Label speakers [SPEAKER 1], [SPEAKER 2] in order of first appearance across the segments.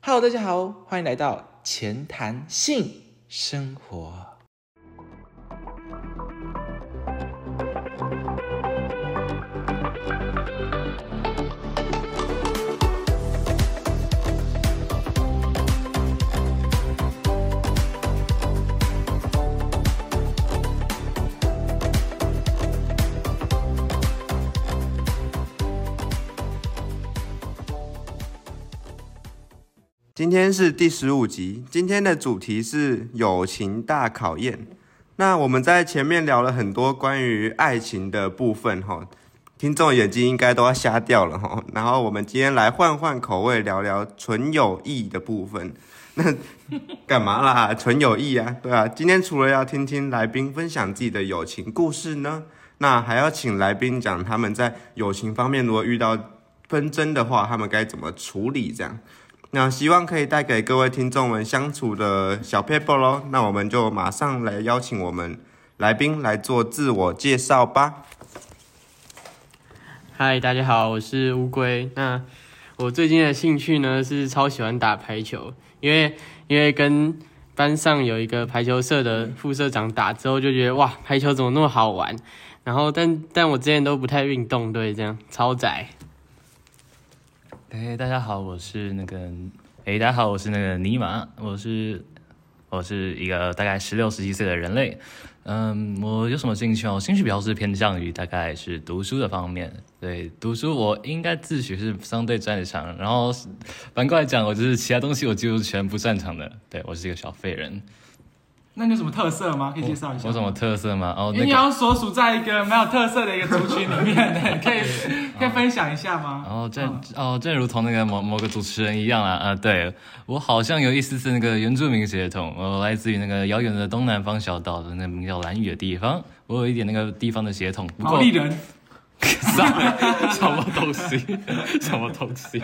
[SPEAKER 1] Hello，大家好，欢迎来到前谈性生活。
[SPEAKER 2] 今天是第十五集，今天的主题是友情大考验。那我们在前面聊了很多关于爱情的部分哈，听众眼睛应该都要瞎掉了哈。然后我们今天来换换口味，聊聊纯友谊的部分。 那干嘛啦？纯友谊啊，对啊。今天除了要听听来宾分享自己的友情故事呢，那还要请来宾讲他们在友情方面如果遇到纷争的话，他们该怎么处理这样。那希望可以带给各位听众们相处的小 paper 喽。那我们就马上来邀请我们来宾来做自我介绍吧。
[SPEAKER 3] 嗨，大家好，我是乌龟。那我最近的兴趣呢是超喜欢打排球，因为因为跟班上有一个排球社的副社长打之后，就觉得哇，排球怎么那么好玩？然后但但我之前都不太运动，对，这样超宅。
[SPEAKER 4] 哎、大家好，我是那个，哎、大家好，我是那个尼玛，我是我是一个大概十六、十七岁的人类。嗯，我有什么兴趣哦？兴趣比较是偏向于大概是读书的方面。对，读书我应该自诩是相对擅长，然后反过来讲，我就是其他东西我几乎全不擅长的。对我是一个小废人。
[SPEAKER 5] 那你有什么特色吗？可以介绍一下。
[SPEAKER 4] 我有什么？特色吗？哦，
[SPEAKER 5] 因为
[SPEAKER 4] 那
[SPEAKER 5] 你
[SPEAKER 4] 个。
[SPEAKER 5] 好像所属在一个蛮 有特色的一个族群里面的， 可以可以分享一下吗？
[SPEAKER 4] 然后正
[SPEAKER 5] 嗯
[SPEAKER 4] 哦，正如同那个某某个主持人一样啊，啊，对我好像有一丝丝那个原住民血统，我来自于那个遥远的东南方小岛的那个名叫蓝屿的地方，我有一点那个地方的血统，不
[SPEAKER 5] 毛
[SPEAKER 4] 过
[SPEAKER 5] 利人，
[SPEAKER 4] 什么东西， 什么东西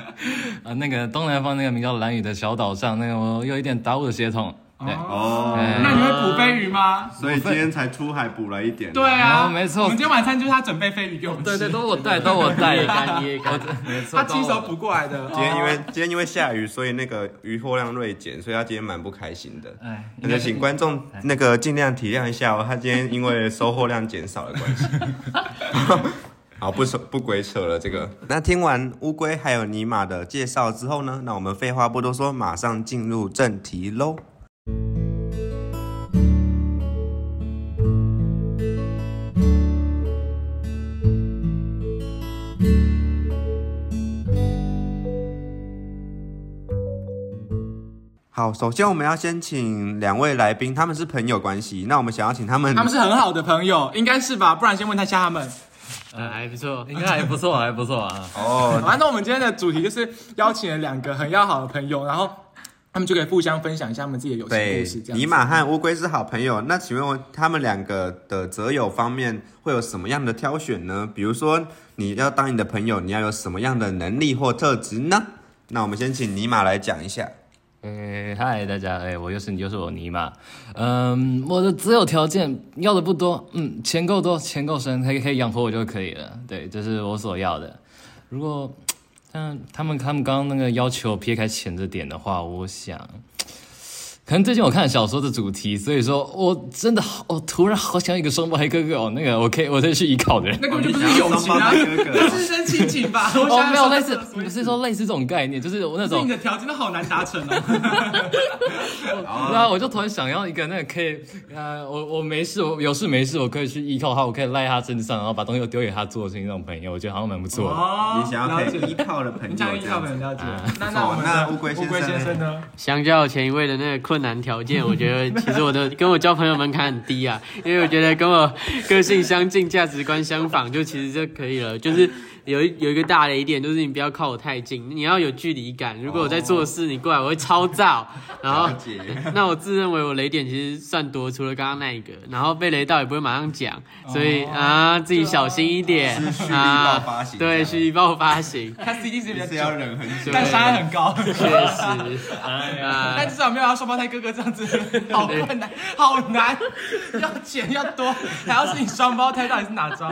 [SPEAKER 4] 啊？那个东南方那个名叫蓝屿的小岛上，那个我有一点达悟的血统，对，
[SPEAKER 2] 哦
[SPEAKER 5] 那你会捕飞鱼吗？
[SPEAKER 2] 所以今天才出海捕了一点。
[SPEAKER 5] 对啊，
[SPEAKER 4] 哦没错
[SPEAKER 5] 我们今天晚餐就是他准备飞鱼给我们吃，
[SPEAKER 4] 对对，都我带，都我 带
[SPEAKER 3] 夜，干夜 干，
[SPEAKER 4] 没错，
[SPEAKER 5] 他亲手捕过来
[SPEAKER 4] 哦
[SPEAKER 5] 的。哦
[SPEAKER 2] 今天因为今天因为下雨，所以那个渔获量锐减，所以他今天蛮不开心的。
[SPEAKER 4] 哎，
[SPEAKER 2] 那就请观众那个尽量体谅一下哦，他今天因为收获量减少的关系。好，不扯不鬼扯了这个。那听完乌龟还有尼玛的介绍之后呢，那我们废话不多说，马上进入正题喽。好，首先我们要先请两位来宾，他们是朋友关系，那我们想要请他们，
[SPEAKER 5] 他们是很好的朋友，应该是吧？不然先问他一下他们。
[SPEAKER 3] 啊，还不错。
[SPEAKER 4] 应该呃还不错，还不错啊。
[SPEAKER 2] 哦，
[SPEAKER 5] 好，那我们今天的主题就是邀请了两个很要好的朋友，然后他们就可以互相分享一下他们自己的友情
[SPEAKER 2] 对
[SPEAKER 5] 故事。这，样子
[SPEAKER 2] 尼玛和乌龟是好朋友。那请问我他们两个的择友方面会有什么样的挑选呢？比如说，你要当你的朋友，你要有什么样的能力或特质呢？那我们先请尼玛来讲一下。
[SPEAKER 4] 诶、嗨，大家，诶、我又是你，又是我尼玛。嗯，我的择友条件要的不多，嗯，钱够多，钱够深，可以可以养活我就可以了。对，这是我所要的。如果，但他们他们刚刚那个要求撇开钱这点的话，我想，可能最近我看小说的主题，所以说我真的好，我突然好想有一个双胞胎哥哥哦，那个我可以，我再去依靠的人。
[SPEAKER 5] 那根本就不是友情啊，
[SPEAKER 2] 双胞胎哥哥
[SPEAKER 5] 这是生亲情吧？ 我
[SPEAKER 4] 哦
[SPEAKER 5] 想，
[SPEAKER 4] 没有类
[SPEAKER 5] 想
[SPEAKER 4] 似，不是说类似这种概念，就是我那
[SPEAKER 5] 可是
[SPEAKER 4] 种
[SPEAKER 5] 你的条件都好难达成哦。
[SPEAKER 4] 对啊，我就突然想要一个那个可以，呃，我我没事，我有事没事，我可以去依靠他，我可以赖他身上，然后把东西丢给他做的那种朋友，我觉得好像蛮不错的。
[SPEAKER 5] 哦
[SPEAKER 2] 你想要可
[SPEAKER 5] 了解
[SPEAKER 2] 以依靠的朋友，
[SPEAKER 5] 你
[SPEAKER 2] 这
[SPEAKER 5] 想依靠
[SPEAKER 2] 样
[SPEAKER 5] 本
[SPEAKER 2] 子。
[SPEAKER 5] 了解
[SPEAKER 4] 啊。
[SPEAKER 5] 那
[SPEAKER 2] 好
[SPEAKER 5] 那我们
[SPEAKER 2] 那
[SPEAKER 5] 的
[SPEAKER 2] 乌龟先
[SPEAKER 5] 乌龟
[SPEAKER 2] 生呢
[SPEAKER 5] 先生呢？
[SPEAKER 3] 相较前一位的那个困难条 件，我觉得其实我的跟我交朋友门槛很低啊，因为我觉得跟我个性相近、价值观相仿，就其实就可以了。就是有一有一个大的一点，就是你不要靠我太近，你要有距离感。如果我在做事，你过来我会超 燥，然后
[SPEAKER 2] 了解，
[SPEAKER 3] 那我自认为我雷点其实算多，除了刚刚那一个，然后被雷到也不会马上讲，所以啊自己小心一 点
[SPEAKER 2] 是蓄力爆发
[SPEAKER 3] 啊
[SPEAKER 2] 型，这
[SPEAKER 3] 对，
[SPEAKER 2] 样
[SPEAKER 3] 蓄力爆发型，
[SPEAKER 5] 他 CD 是比较
[SPEAKER 2] 是
[SPEAKER 5] 久
[SPEAKER 2] 要，忍很久。
[SPEAKER 5] 但伤害很高。
[SPEAKER 3] 确实啊
[SPEAKER 5] 但至少没有要双胞胎哥哥这样子，好困难，好难，要钱要多，还要是你双胞胎，到底是哪招？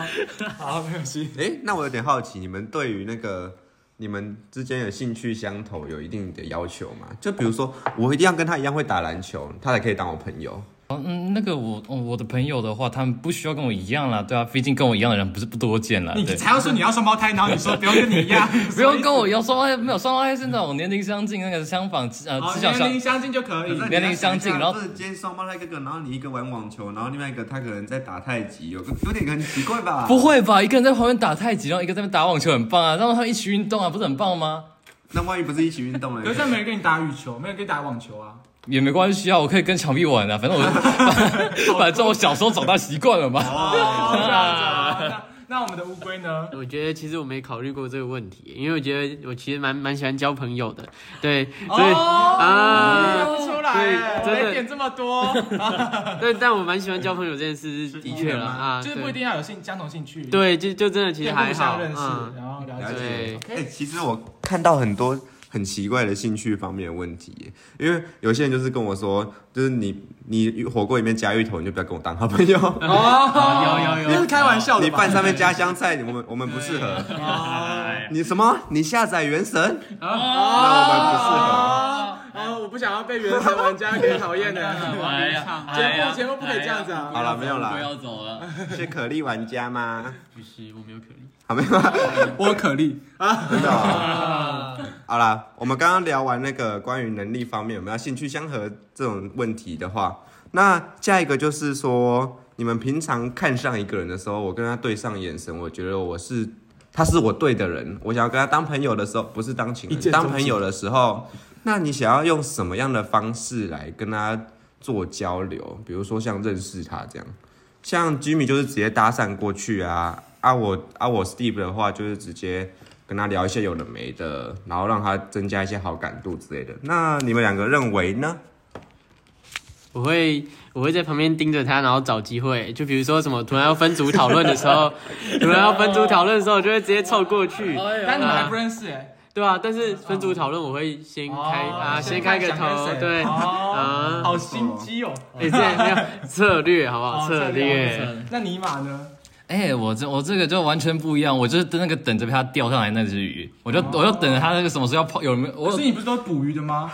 [SPEAKER 5] 好，没有关系。
[SPEAKER 2] 哎，那我有点好奇，你们对于那个你们之间有兴趣相投，有一定的要求吗？就比如说，我一定要跟他一样会打篮球，他才可以当我朋友。
[SPEAKER 4] 哦嗯，那个我哦我的朋友的话，他们不需要跟我一样啦，对啊，毕竟跟我一样的人不是不多见啦，
[SPEAKER 5] 你
[SPEAKER 4] 对。
[SPEAKER 5] 才要说你要双胞胎，然后你说不用跟你一样，
[SPEAKER 4] 不用跟我有双胞胎，没有双胞胎是那种年龄相近，那个相仿，呃，
[SPEAKER 5] 好
[SPEAKER 4] 志向
[SPEAKER 5] 啊年
[SPEAKER 4] 相
[SPEAKER 5] 龄相近就可以。
[SPEAKER 4] 年龄相近，然后
[SPEAKER 2] 是今天双胞胎哥哥，然后你一个玩网球，然后另外一个他可能在打太极，有个有点很奇怪吧？
[SPEAKER 4] 不，会吧？一个人在旁边打太极，然后一个在那边打网球，很棒啊！让他们一起运动啊，不是很棒吗？
[SPEAKER 2] 那万一不是一起运动
[SPEAKER 5] 可
[SPEAKER 2] 呢
[SPEAKER 5] 是？没人跟你打羽球，没人跟你打网球啊。
[SPEAKER 4] 也没关系啊，我可以跟墙壁玩啊，反正我 反正我小时候长大习惯了嘛。
[SPEAKER 5] 哦，这样子啊。那 那我们的乌龟呢？
[SPEAKER 3] 我觉得其实我没考虑过这个问题，因为我觉得我其实蛮蛮喜欢交朋友的，对，所以、啊，
[SPEAKER 5] 哦看不出来，
[SPEAKER 3] 对真的啊
[SPEAKER 5] 雷点这么 多，
[SPEAKER 3] 对，但我的确蛮喜欢交朋友这件事，是的确了啊，
[SPEAKER 5] 就是
[SPEAKER 3] 对
[SPEAKER 5] 不一定要有兴相同兴趣，，
[SPEAKER 3] 对，就就真的其实还
[SPEAKER 5] 互
[SPEAKER 3] 好，
[SPEAKER 5] 相认识，
[SPEAKER 3] 嗯，
[SPEAKER 5] 然后了
[SPEAKER 2] 了
[SPEAKER 5] 解。
[SPEAKER 2] 解
[SPEAKER 3] 对。
[SPEAKER 2] 哎、其实我看到很多很奇怪的兴趣方面的问题耶，因为有些人就是跟我说，就是你你火锅里面加芋头，你就不要跟我当好朋友。
[SPEAKER 5] 哦，
[SPEAKER 3] 啊有有有
[SPEAKER 5] 那是开玩笑的
[SPEAKER 2] 你
[SPEAKER 5] 吧
[SPEAKER 2] 饭？上面加香菜，我们我们不 适合。
[SPEAKER 5] 哦
[SPEAKER 2] 你什么？你下载原神？
[SPEAKER 5] 哦
[SPEAKER 2] 那
[SPEAKER 5] 哦，我不想要被原神玩家给讨 厌的。
[SPEAKER 4] 哎呀，
[SPEAKER 5] 节目节目不可以这样子啊！
[SPEAKER 2] 好了，没有
[SPEAKER 4] 不
[SPEAKER 2] 啦，
[SPEAKER 4] 要走了。
[SPEAKER 2] 是可莉玩家吗？
[SPEAKER 3] 不是，我没有可能。
[SPEAKER 2] 好，没有啊，
[SPEAKER 5] 我可力
[SPEAKER 2] 真的哦。
[SPEAKER 5] 啊，
[SPEAKER 2] 好啦，我们刚刚聊完那个关于能力方面，我们要兴趣相合这种问题的话，那下一个就是说，你们平常看上一个人的时候，我跟他对上眼神，我觉得我是他是我对的人，我想要跟他当朋友的时候，不是当情
[SPEAKER 5] 一
[SPEAKER 2] 人，
[SPEAKER 5] 见钟
[SPEAKER 2] 当
[SPEAKER 5] 情
[SPEAKER 2] 朋友的时候，那你想要用什么样的方式来跟他做交流？比如说像认识他这样，像 Jimmy 就是直接搭讪过去啊，啊我啊我 Steve 的话就是直接。跟他聊一些有的没的，然后让他增加一些好感度之类的。那你们两个认为呢？
[SPEAKER 3] 我会我会在旁边盯着他，然后找机会，就比如说什么突然要分组讨论的时候， 突然要分组讨论的时候，我就会直接凑过去。
[SPEAKER 5] 但你们还不认识哎。
[SPEAKER 3] 对啊，但是分组讨论我会先开
[SPEAKER 5] 哦
[SPEAKER 3] 啊，
[SPEAKER 5] 先
[SPEAKER 3] 先开个
[SPEAKER 5] 看想跟
[SPEAKER 3] 头，
[SPEAKER 5] 谁
[SPEAKER 3] 对
[SPEAKER 5] 哦
[SPEAKER 3] 啊，
[SPEAKER 5] 好心机哦。
[SPEAKER 3] 哎，这没有策略好不好？
[SPEAKER 5] 哦
[SPEAKER 3] 策略，
[SPEAKER 5] 那尼玛呢？
[SPEAKER 4] 哎、我这我这个就完全不一样，我就是那个等着被它钓上来那只鱼，我就、我就等着它那个什么时候要泡有没有我
[SPEAKER 5] 可是你不是都捕鱼 的吗？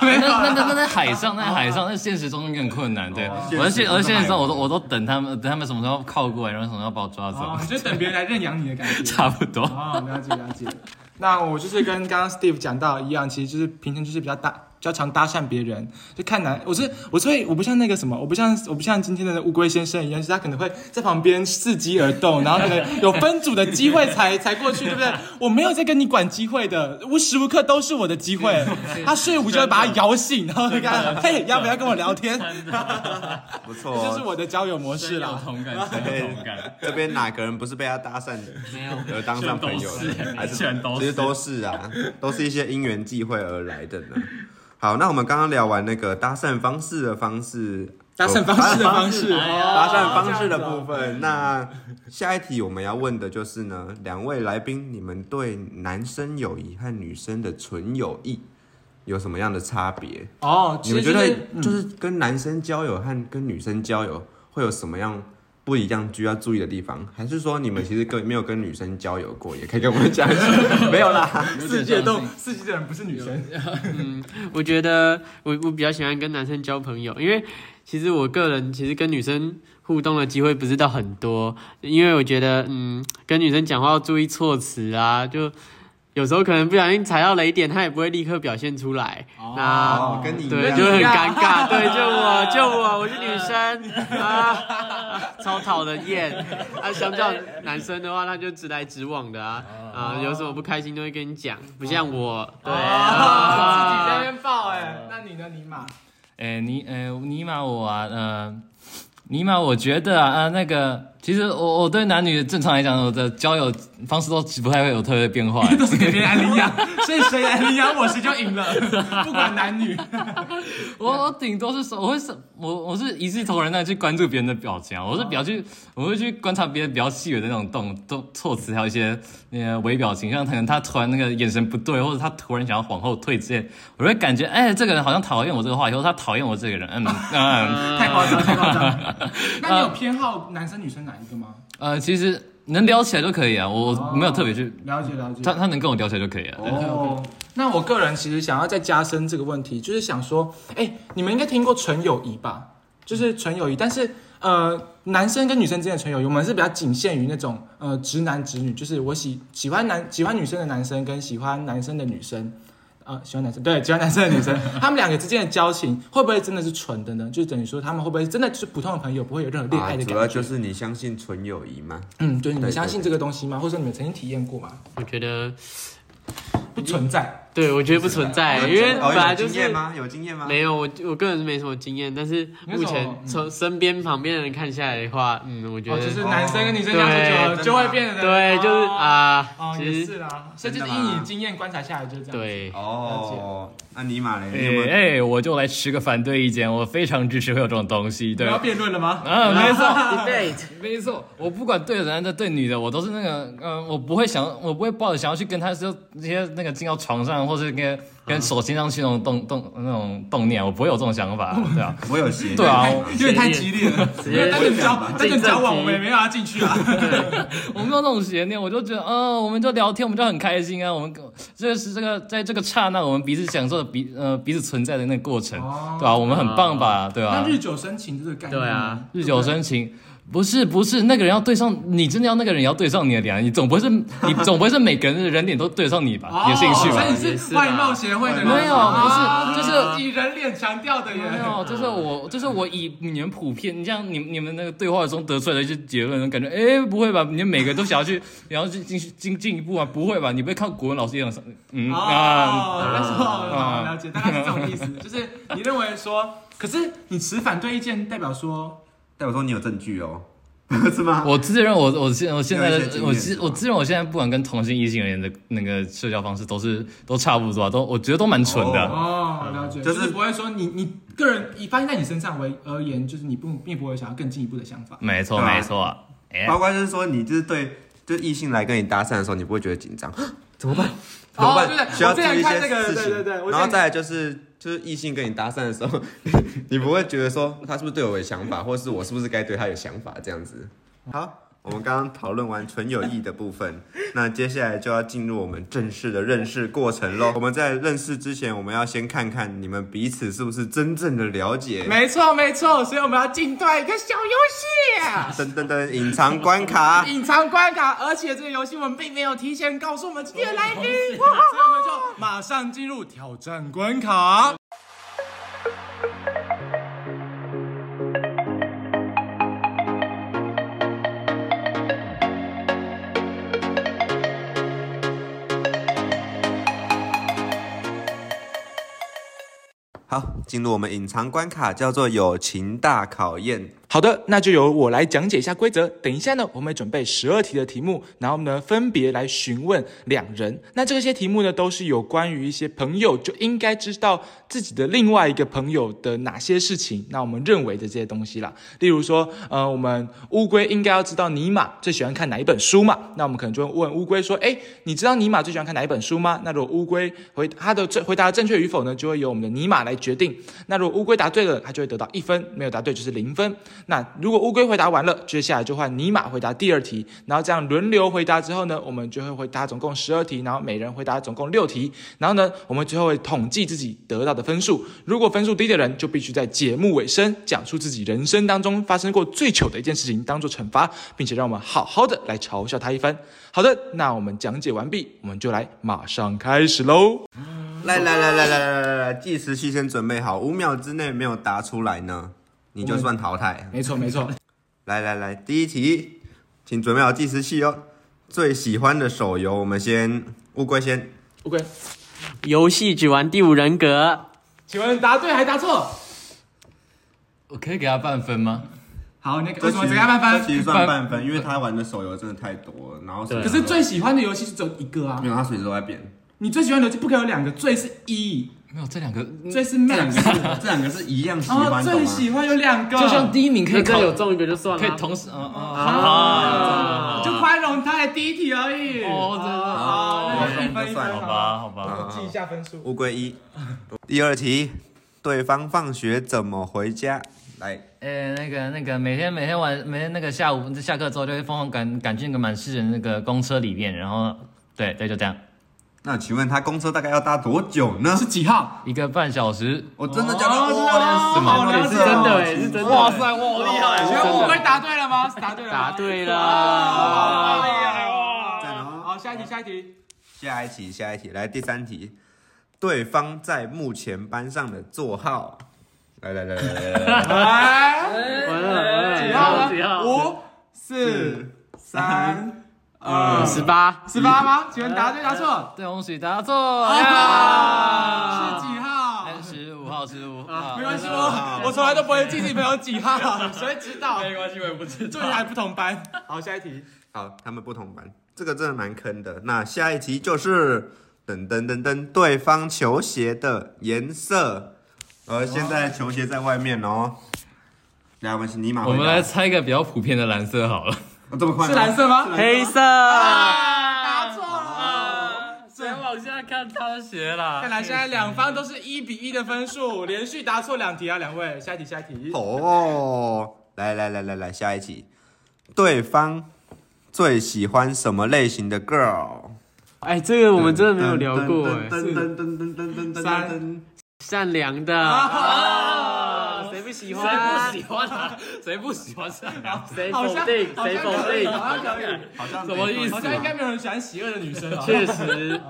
[SPEAKER 4] 那那那 那在海上，那在海上，那现实中更困难。对，我在哦现我在现实中，我都我都等他们，等他们什么时候靠过来，然后什么时候把我抓
[SPEAKER 5] 哦，
[SPEAKER 4] 走，
[SPEAKER 5] 你就等别人来认养你的感觉。
[SPEAKER 4] 差不多。
[SPEAKER 5] 哦，了解了解。那我就是跟刚刚 Steve 讲到一样，其实就是平常就是比较搭，比较常搭讪别人，就看男，我是我是会我不像那个什么，我不像我不像今天的乌龟先生一样，就是他可能会在旁边伺机而动，然后可能有分组的机会才 才过去，对不对？我没有在跟你管机会的，无时无刻都是我的机会。 他睡午觉会把他摇醒，然后就跟他嘿，要不要跟我聊天？
[SPEAKER 2] 不错、
[SPEAKER 5] 这
[SPEAKER 2] 哦，
[SPEAKER 5] 就是我的交友模式 啦。
[SPEAKER 4] 同感，深有同感。
[SPEAKER 2] 这边哪个人不是被他搭讪
[SPEAKER 3] 没有
[SPEAKER 2] 而当上朋友
[SPEAKER 4] 全都
[SPEAKER 2] 的？
[SPEAKER 4] 是
[SPEAKER 2] 还是
[SPEAKER 4] 全都是
[SPEAKER 2] 其实都是啊，都是一些因缘际会而来的呢。好，那我们刚刚聊完那个搭讪方式的方式，
[SPEAKER 5] 搭讪方式的方式，
[SPEAKER 4] 哎
[SPEAKER 2] 搭讪
[SPEAKER 5] 哦
[SPEAKER 2] 方式的部分。那下一题我们要问的就是呢，两位来宾，你们对男生友谊和女生的纯友谊有什么样的差别？
[SPEAKER 5] 哦，
[SPEAKER 2] 你
[SPEAKER 5] 其
[SPEAKER 2] 们觉
[SPEAKER 5] 实就是
[SPEAKER 2] 得嗯就是跟男生交友和跟女生交友会有什么样不一样需要注意的地方？还是说你们其实跟没有跟女生交友过，也可以跟我们讲一 下？没有啦，
[SPEAKER 5] 世界都世界的人不是女生，
[SPEAKER 3] 我觉得我我比较喜欢跟男生交朋友，因为其实我个人其实跟女生互动的机会不是到很多，因为我觉得嗯，跟女生讲话要注意措辞啊，就有时候可能不小心踩到雷点，她也不会立刻表现出来，
[SPEAKER 2] 哦，
[SPEAKER 3] 那
[SPEAKER 2] 跟你一
[SPEAKER 3] 对
[SPEAKER 2] 样
[SPEAKER 3] 就很 尴尬，对，就我就我我是女生啊， 超讨人厌啊，相较男生的话，他就直来直往的啊
[SPEAKER 5] 哦
[SPEAKER 3] 啊，有什么不开心都会跟你讲，不像我对
[SPEAKER 5] 自己在那
[SPEAKER 3] 啊。
[SPEAKER 5] 边爆哎，那你呢，尼玛？
[SPEAKER 4] 哎、尼呃尼玛我啊，呃尼玛，我觉得啊，呃、那个其实我我对男女正常来讲，我的交友方式都不太会有特别变化。
[SPEAKER 5] 都是给别人来领养，所以谁来领养我，谁就赢 了，不管男女。
[SPEAKER 3] 啊
[SPEAKER 4] 我我顶多是说，我会是，我我是一视同仁的去关注别人的表情啊，我是比较去，我会去观察别人比较细微的那种动动措辞，还有一些那个微表情，像可能他突然那个眼神不对，或者他突然想要往后退之类，我会感觉，哎、这个人好像讨厌我这个话题，或者他讨厌我这个人，嗯 嗯，
[SPEAKER 5] 太夸张，太夸张。那你有偏好男生女生哪一个吗？
[SPEAKER 4] 呃，其实能聊起来就可以啊，我我没有特别去，
[SPEAKER 5] 了解了解。
[SPEAKER 4] 他他能跟我聊起来就可以啊了。对
[SPEAKER 5] 哦，那我个人其实想要再加深这个问题，就是想说，哎，你们应该听过纯友谊吧？就是纯友谊，但是呃，男生跟女生之间的纯友谊，我们是比较仅限于那种呃直男直女，就是我喜喜欢男喜欢女生的男生跟喜欢男生的女生。呃，喜欢男生对，喜欢男生的 女生，他们两个之间的交情会不会真的是纯的呢？就等于说他们会不会真的就是普通的朋友，不会有任何恋爱的感觉？
[SPEAKER 2] 啊主要就是你相信纯友谊吗？
[SPEAKER 5] 嗯，对，你们
[SPEAKER 2] 对
[SPEAKER 5] 相信这个东西吗？或者说你们曾经体验过吗？
[SPEAKER 3] 我觉得，
[SPEAKER 5] 不存在，
[SPEAKER 3] 对我觉得不存在，
[SPEAKER 2] 有
[SPEAKER 3] 因为
[SPEAKER 2] 经
[SPEAKER 3] 本来
[SPEAKER 2] 哦
[SPEAKER 3] 就
[SPEAKER 2] 有经验
[SPEAKER 3] 是
[SPEAKER 2] 吗？有经验吗？
[SPEAKER 3] 没有我我个人是没什么经验，但是
[SPEAKER 5] 没
[SPEAKER 3] 目
[SPEAKER 5] 什么
[SPEAKER 3] 前
[SPEAKER 5] 嗯
[SPEAKER 3] 从身边旁边的人看下来的话，嗯，我觉
[SPEAKER 5] 哦，
[SPEAKER 3] 得
[SPEAKER 5] 就是男生跟女生
[SPEAKER 3] 哦
[SPEAKER 5] 相处久
[SPEAKER 2] 对真
[SPEAKER 5] 了
[SPEAKER 2] 的
[SPEAKER 5] 就会变得
[SPEAKER 3] 对，就是
[SPEAKER 5] 哦
[SPEAKER 3] 啊
[SPEAKER 5] 哦，，
[SPEAKER 3] 其
[SPEAKER 5] 也
[SPEAKER 3] 实
[SPEAKER 5] 是哦啦，所以
[SPEAKER 2] 真
[SPEAKER 5] 就
[SPEAKER 2] 的
[SPEAKER 5] 是
[SPEAKER 2] 吗
[SPEAKER 5] 以你经验观察下来就是这样。，
[SPEAKER 3] 对，
[SPEAKER 2] 哦，那尼玛嘞，你有没
[SPEAKER 4] 哎、
[SPEAKER 2] 有？
[SPEAKER 4] 哎我就来持个反对意见，我非常支持会有这种东西，
[SPEAKER 5] 你
[SPEAKER 4] 对
[SPEAKER 5] 们要辩论了吗？
[SPEAKER 3] 嗯
[SPEAKER 4] 啊，没错，
[SPEAKER 3] debate，
[SPEAKER 4] 没错，我不管对男的对女的，我都是那个，嗯、我不会想，我不会抱着想要去跟他就那些那个进到床上，或是跟跟手牵上去那种动动那种动念，我不会有这种想 法，对啊，
[SPEAKER 2] 我有邪念
[SPEAKER 4] 对啊
[SPEAKER 2] 吗
[SPEAKER 4] 我
[SPEAKER 5] 有点太激烈了，
[SPEAKER 3] 直
[SPEAKER 5] 因
[SPEAKER 3] 接
[SPEAKER 5] 为单纯交单纯交
[SPEAKER 3] 竞争
[SPEAKER 5] 往，我们也没让他进去啊。
[SPEAKER 4] 我没有那种邪念，我就觉得，嗯、我们就聊天，我们就很开心啊，我们这是这个在这个刹那，我们彼此享受彼呃彼此存在的那个过程，
[SPEAKER 5] 哦啊
[SPEAKER 4] 对吧、啊我们很棒吧，对吧、啊
[SPEAKER 5] 那日久生情这个概念，
[SPEAKER 3] 对啊，
[SPEAKER 4] 日久生情，不是不是，那个人要对上你，真的要那个人也要对上你的脸，你总不会是你总不会是每个人的人脸都对上你吧？
[SPEAKER 5] 哦
[SPEAKER 4] 有兴趣
[SPEAKER 5] 所
[SPEAKER 4] 吧
[SPEAKER 5] 以？你
[SPEAKER 3] 也
[SPEAKER 5] 是
[SPEAKER 3] 是
[SPEAKER 5] 外
[SPEAKER 3] 啦
[SPEAKER 5] 貌协会的人，
[SPEAKER 4] 没有
[SPEAKER 5] 啊
[SPEAKER 4] 不是就是
[SPEAKER 5] 以人脸强调的耶哦
[SPEAKER 4] 没。有，就是我，就是我以你们普遍，你像你们你们那个对话中得出来的一些结论，感觉哎不会吧？你们每个都想要去，然后进进进进一步啊？不会吧？你不会看国文老师也想上，嗯啊，
[SPEAKER 5] 哦，那时候
[SPEAKER 4] 啊
[SPEAKER 5] 了解，大概是这种 意思，就是你认为说，可是你持反对意见，代表说
[SPEAKER 2] 代表说你有证据哦， 是吗？
[SPEAKER 4] 我自认我我现我现在
[SPEAKER 2] 有一些经验
[SPEAKER 4] 我
[SPEAKER 2] 是
[SPEAKER 4] 自
[SPEAKER 2] 吧
[SPEAKER 4] 我自认我现在不管跟同性异性人的那个社交方式都是都差不多啊，都我觉得都蛮蠢的啊。
[SPEAKER 5] 哦，了解，就
[SPEAKER 2] 就是是
[SPEAKER 5] 不会说你你个人以发生在你身上为而言，就是你不并不会想要更进一步的想法。
[SPEAKER 4] 没错
[SPEAKER 2] 对啊
[SPEAKER 4] 没错啊，哎
[SPEAKER 2] 包括就是说，你就是对，就是异性来跟你搭讪的时候，你不会觉得紧张， 怎么办？怎么办？
[SPEAKER 5] 哦对对
[SPEAKER 2] 需要
[SPEAKER 5] 我之
[SPEAKER 2] 注
[SPEAKER 5] 前
[SPEAKER 2] 意一些
[SPEAKER 5] 看那个
[SPEAKER 2] 事情。
[SPEAKER 5] 对对对我之前
[SPEAKER 2] 然后再来就是，就是异性跟你搭讪的时候， 你不会觉得说他是不是对我有想法，或是我是不是该对他有想法这样子。好，我们刚刚讨论完纯友谊的部分， 那接下来就要进入我们正式的认识过程喽。我们在认识之前，我们要先看看你们彼此是不是真正的了解。
[SPEAKER 5] 没错没错，所以我们要进到一个小游
[SPEAKER 2] 噔噔噔，隐藏关卡
[SPEAKER 5] 戏，。隐藏关卡，而且这个游戏我们并没有提前告诉我们今天的来宾，哦所以我们就马上进入挑战关卡。
[SPEAKER 2] 好，进入我们隐藏关卡，叫做友情大考验。
[SPEAKER 1] 好的，那就由我来讲解一下规则。等一下呢，我们会准备十二题的题目，然后呢分别来询问两人。那这些题目呢，都是有关于一些朋友就应该知道自己的另外一个朋友的哪些事情，那我们认为的这些东西啦。例如说，呃，我们乌龟应该要知道尼玛最喜欢看哪一本书嘛？那我们可能就会问乌龟说，哎，你知道尼玛最喜欢看哪一本书吗？那如果乌龟回他的正回答的正确与否呢，就会由我们的尼玛来决定。那如果乌龟答对了，它就会得到一分；没有答对就是零分。那如果乌龟回答完了，接下来就换尼玛回答第二题，然后这样轮流回答之后呢，我们就会回答总共十二题，然后每人回答总共六题，然后呢，我们最后会统计自己得到的分数。如果分数低的人，就必须在节目尾声讲述自己人生当中发生过最糗的一件事情，当做惩罚，并且让我们好好的来嘲笑他一番。好的，那我们讲解完毕，我们就来马上开始喽。
[SPEAKER 2] 来来来来来来来来，计时器先准备好，五秒之内没有答出来呢，你就算淘汰。
[SPEAKER 5] 没错没错，
[SPEAKER 2] 来来来，第一题，请准备好计时器哦。最喜欢的手游，我们先乌龟先。
[SPEAKER 5] 乌龟，
[SPEAKER 3] 游戏只玩第五人格，
[SPEAKER 5] 请问答对还答错？
[SPEAKER 4] 我可以给他半分吗？
[SPEAKER 5] 好，那个
[SPEAKER 2] 这
[SPEAKER 5] 为
[SPEAKER 2] 其
[SPEAKER 5] 什
[SPEAKER 2] 实
[SPEAKER 5] 么只看半
[SPEAKER 2] 这
[SPEAKER 5] 分？
[SPEAKER 2] 其实算半分，因为他玩的手游真的太多了。然后
[SPEAKER 3] 对
[SPEAKER 5] 可是最喜欢的游戏是只有一个啊
[SPEAKER 2] 没，有，他随时都在变。
[SPEAKER 5] 你最喜欢的游戏不可以有两个，最是一，
[SPEAKER 4] 没有这两个，
[SPEAKER 5] 最是 max。
[SPEAKER 2] 这两个是一样喜
[SPEAKER 5] 哦，
[SPEAKER 2] 欢，懂
[SPEAKER 5] 最
[SPEAKER 2] 吗？
[SPEAKER 5] 喜欢有两个，
[SPEAKER 4] 就像第一名可以考，
[SPEAKER 3] 有中一个就算了，
[SPEAKER 4] 可以同时，嗯嗯，
[SPEAKER 5] 啊，
[SPEAKER 4] 啊，
[SPEAKER 5] 就宽容他的第一题而已。
[SPEAKER 4] 哦真的
[SPEAKER 5] 哦那就一分一
[SPEAKER 2] 好
[SPEAKER 4] 好
[SPEAKER 5] 分
[SPEAKER 4] 吧，好吧，
[SPEAKER 5] 我记一下分数。
[SPEAKER 2] 乌龟一。第二题，对方放学怎么回家？来，
[SPEAKER 4] 呃，那个那个，每天每天晚每天那个下午下课之后，就会疯狂赶赶进那个满是人那个公车里面，然后对对，就这样，
[SPEAKER 2] 那请问他公车大概要搭多久呢？
[SPEAKER 5] 是几号？
[SPEAKER 4] 一个半小时。
[SPEAKER 2] 我真的假的？哇，
[SPEAKER 4] 什么
[SPEAKER 5] 好了
[SPEAKER 3] 是
[SPEAKER 2] 啊
[SPEAKER 3] 真的哎，是真的。哇塞，
[SPEAKER 4] 哇，好厉害啊
[SPEAKER 5] 请问我们答对了吗？是答对了吗，
[SPEAKER 3] 答对
[SPEAKER 5] 哇好厉
[SPEAKER 3] 了。
[SPEAKER 5] 害哇
[SPEAKER 2] 赞哦
[SPEAKER 5] 好，下一题，下一题。
[SPEAKER 2] 下一题，下一题，来第三题，对方在目前班上的座号。来来来来来来来，
[SPEAKER 5] 哎，
[SPEAKER 3] 完了完了，
[SPEAKER 5] 几号
[SPEAKER 4] 几
[SPEAKER 5] 呢？
[SPEAKER 4] 号
[SPEAKER 5] 五、四、三、
[SPEAKER 3] 嗯
[SPEAKER 5] 二、
[SPEAKER 3] 十八，
[SPEAKER 5] 十八吗？请问答对答错？
[SPEAKER 4] 对，恭喜答错。
[SPEAKER 5] 啊，是几号？
[SPEAKER 4] 三十五号，十五
[SPEAKER 5] 没关系，我我从来都不会记自己朋友几号，谁知道？没关系，我也不知道。重点还不同班。好，下一题。
[SPEAKER 2] 好，他们不同班，这个真的蛮坑的。那下一题就是噔噔噔噔，对方球鞋的颜色。呃，现在球鞋在外面哦。来，我们请尼玛回
[SPEAKER 4] 我
[SPEAKER 2] 答。
[SPEAKER 4] 们来猜一个比较普遍的蓝色好了。
[SPEAKER 2] 哦，这么快吗？
[SPEAKER 5] 是蓝色吗？
[SPEAKER 3] 黑色。
[SPEAKER 5] 答错了。
[SPEAKER 4] 谁往下看他鞋啦
[SPEAKER 5] 看来现在两方都是一比一的分数，连续答错两题啊，两位。下一题，下一题。
[SPEAKER 2] 哦，来来来来来，下一题，对方最喜欢什么类型的 girl？
[SPEAKER 3] 哎，这个我们真的没有聊过哎，
[SPEAKER 2] 噔噔噔噔噔噔噔噔。
[SPEAKER 3] 善良的，谁不喜欢？
[SPEAKER 4] 谁不喜欢啊？谁不喜欢善良？
[SPEAKER 3] 谁
[SPEAKER 5] 好
[SPEAKER 3] 否
[SPEAKER 5] 像
[SPEAKER 3] 定？
[SPEAKER 5] 好
[SPEAKER 3] 谁
[SPEAKER 5] 像
[SPEAKER 3] 否
[SPEAKER 5] 可以，好
[SPEAKER 3] 定？
[SPEAKER 5] 像可以，
[SPEAKER 2] 好像
[SPEAKER 4] 什么意思
[SPEAKER 5] 好像应该没有人喜欢邪恶的女生啊。
[SPEAKER 3] 确实，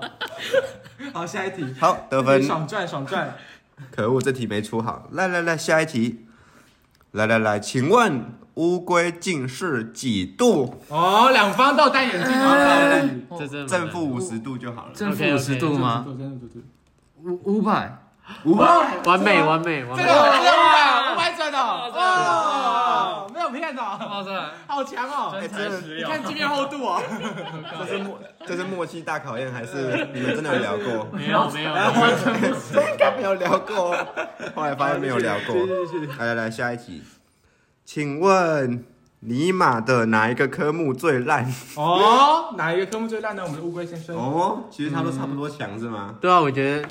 [SPEAKER 5] 好，下一题。
[SPEAKER 2] 好，得分。
[SPEAKER 5] 爽赚爽赚，
[SPEAKER 2] 可恶，这题没出好。来来来，下一题。来来来，请问乌龟近视几度？
[SPEAKER 5] 哦，两方都有戴眼镜，好道理。
[SPEAKER 3] 这真的蛮
[SPEAKER 2] 正负五十度就好了。
[SPEAKER 4] 正负
[SPEAKER 3] OK，OK，
[SPEAKER 4] 五十度吗？
[SPEAKER 5] 真的真的
[SPEAKER 4] 五五百。
[SPEAKER 2] 五百。
[SPEAKER 3] 完美完美完
[SPEAKER 5] 这
[SPEAKER 3] 美
[SPEAKER 5] 个。我五百五百转的哦，没有骗的哦，
[SPEAKER 4] 哇塞，
[SPEAKER 5] 好强哦！
[SPEAKER 4] 真材实
[SPEAKER 5] 你看镜面厚度哦，
[SPEAKER 2] 这是默，这是默契大考验，还是你们真的有聊过？
[SPEAKER 3] 没有没有，没有
[SPEAKER 2] 应该没有聊过，后来发现没有聊 过。来来来，下一题，请问尼玛的哪一个科目最烂？
[SPEAKER 5] 哦，哪一个科目最烂呢？我们的乌龟先生。
[SPEAKER 2] 哦，其实他都差不多强是吗？
[SPEAKER 3] 对啊，我觉得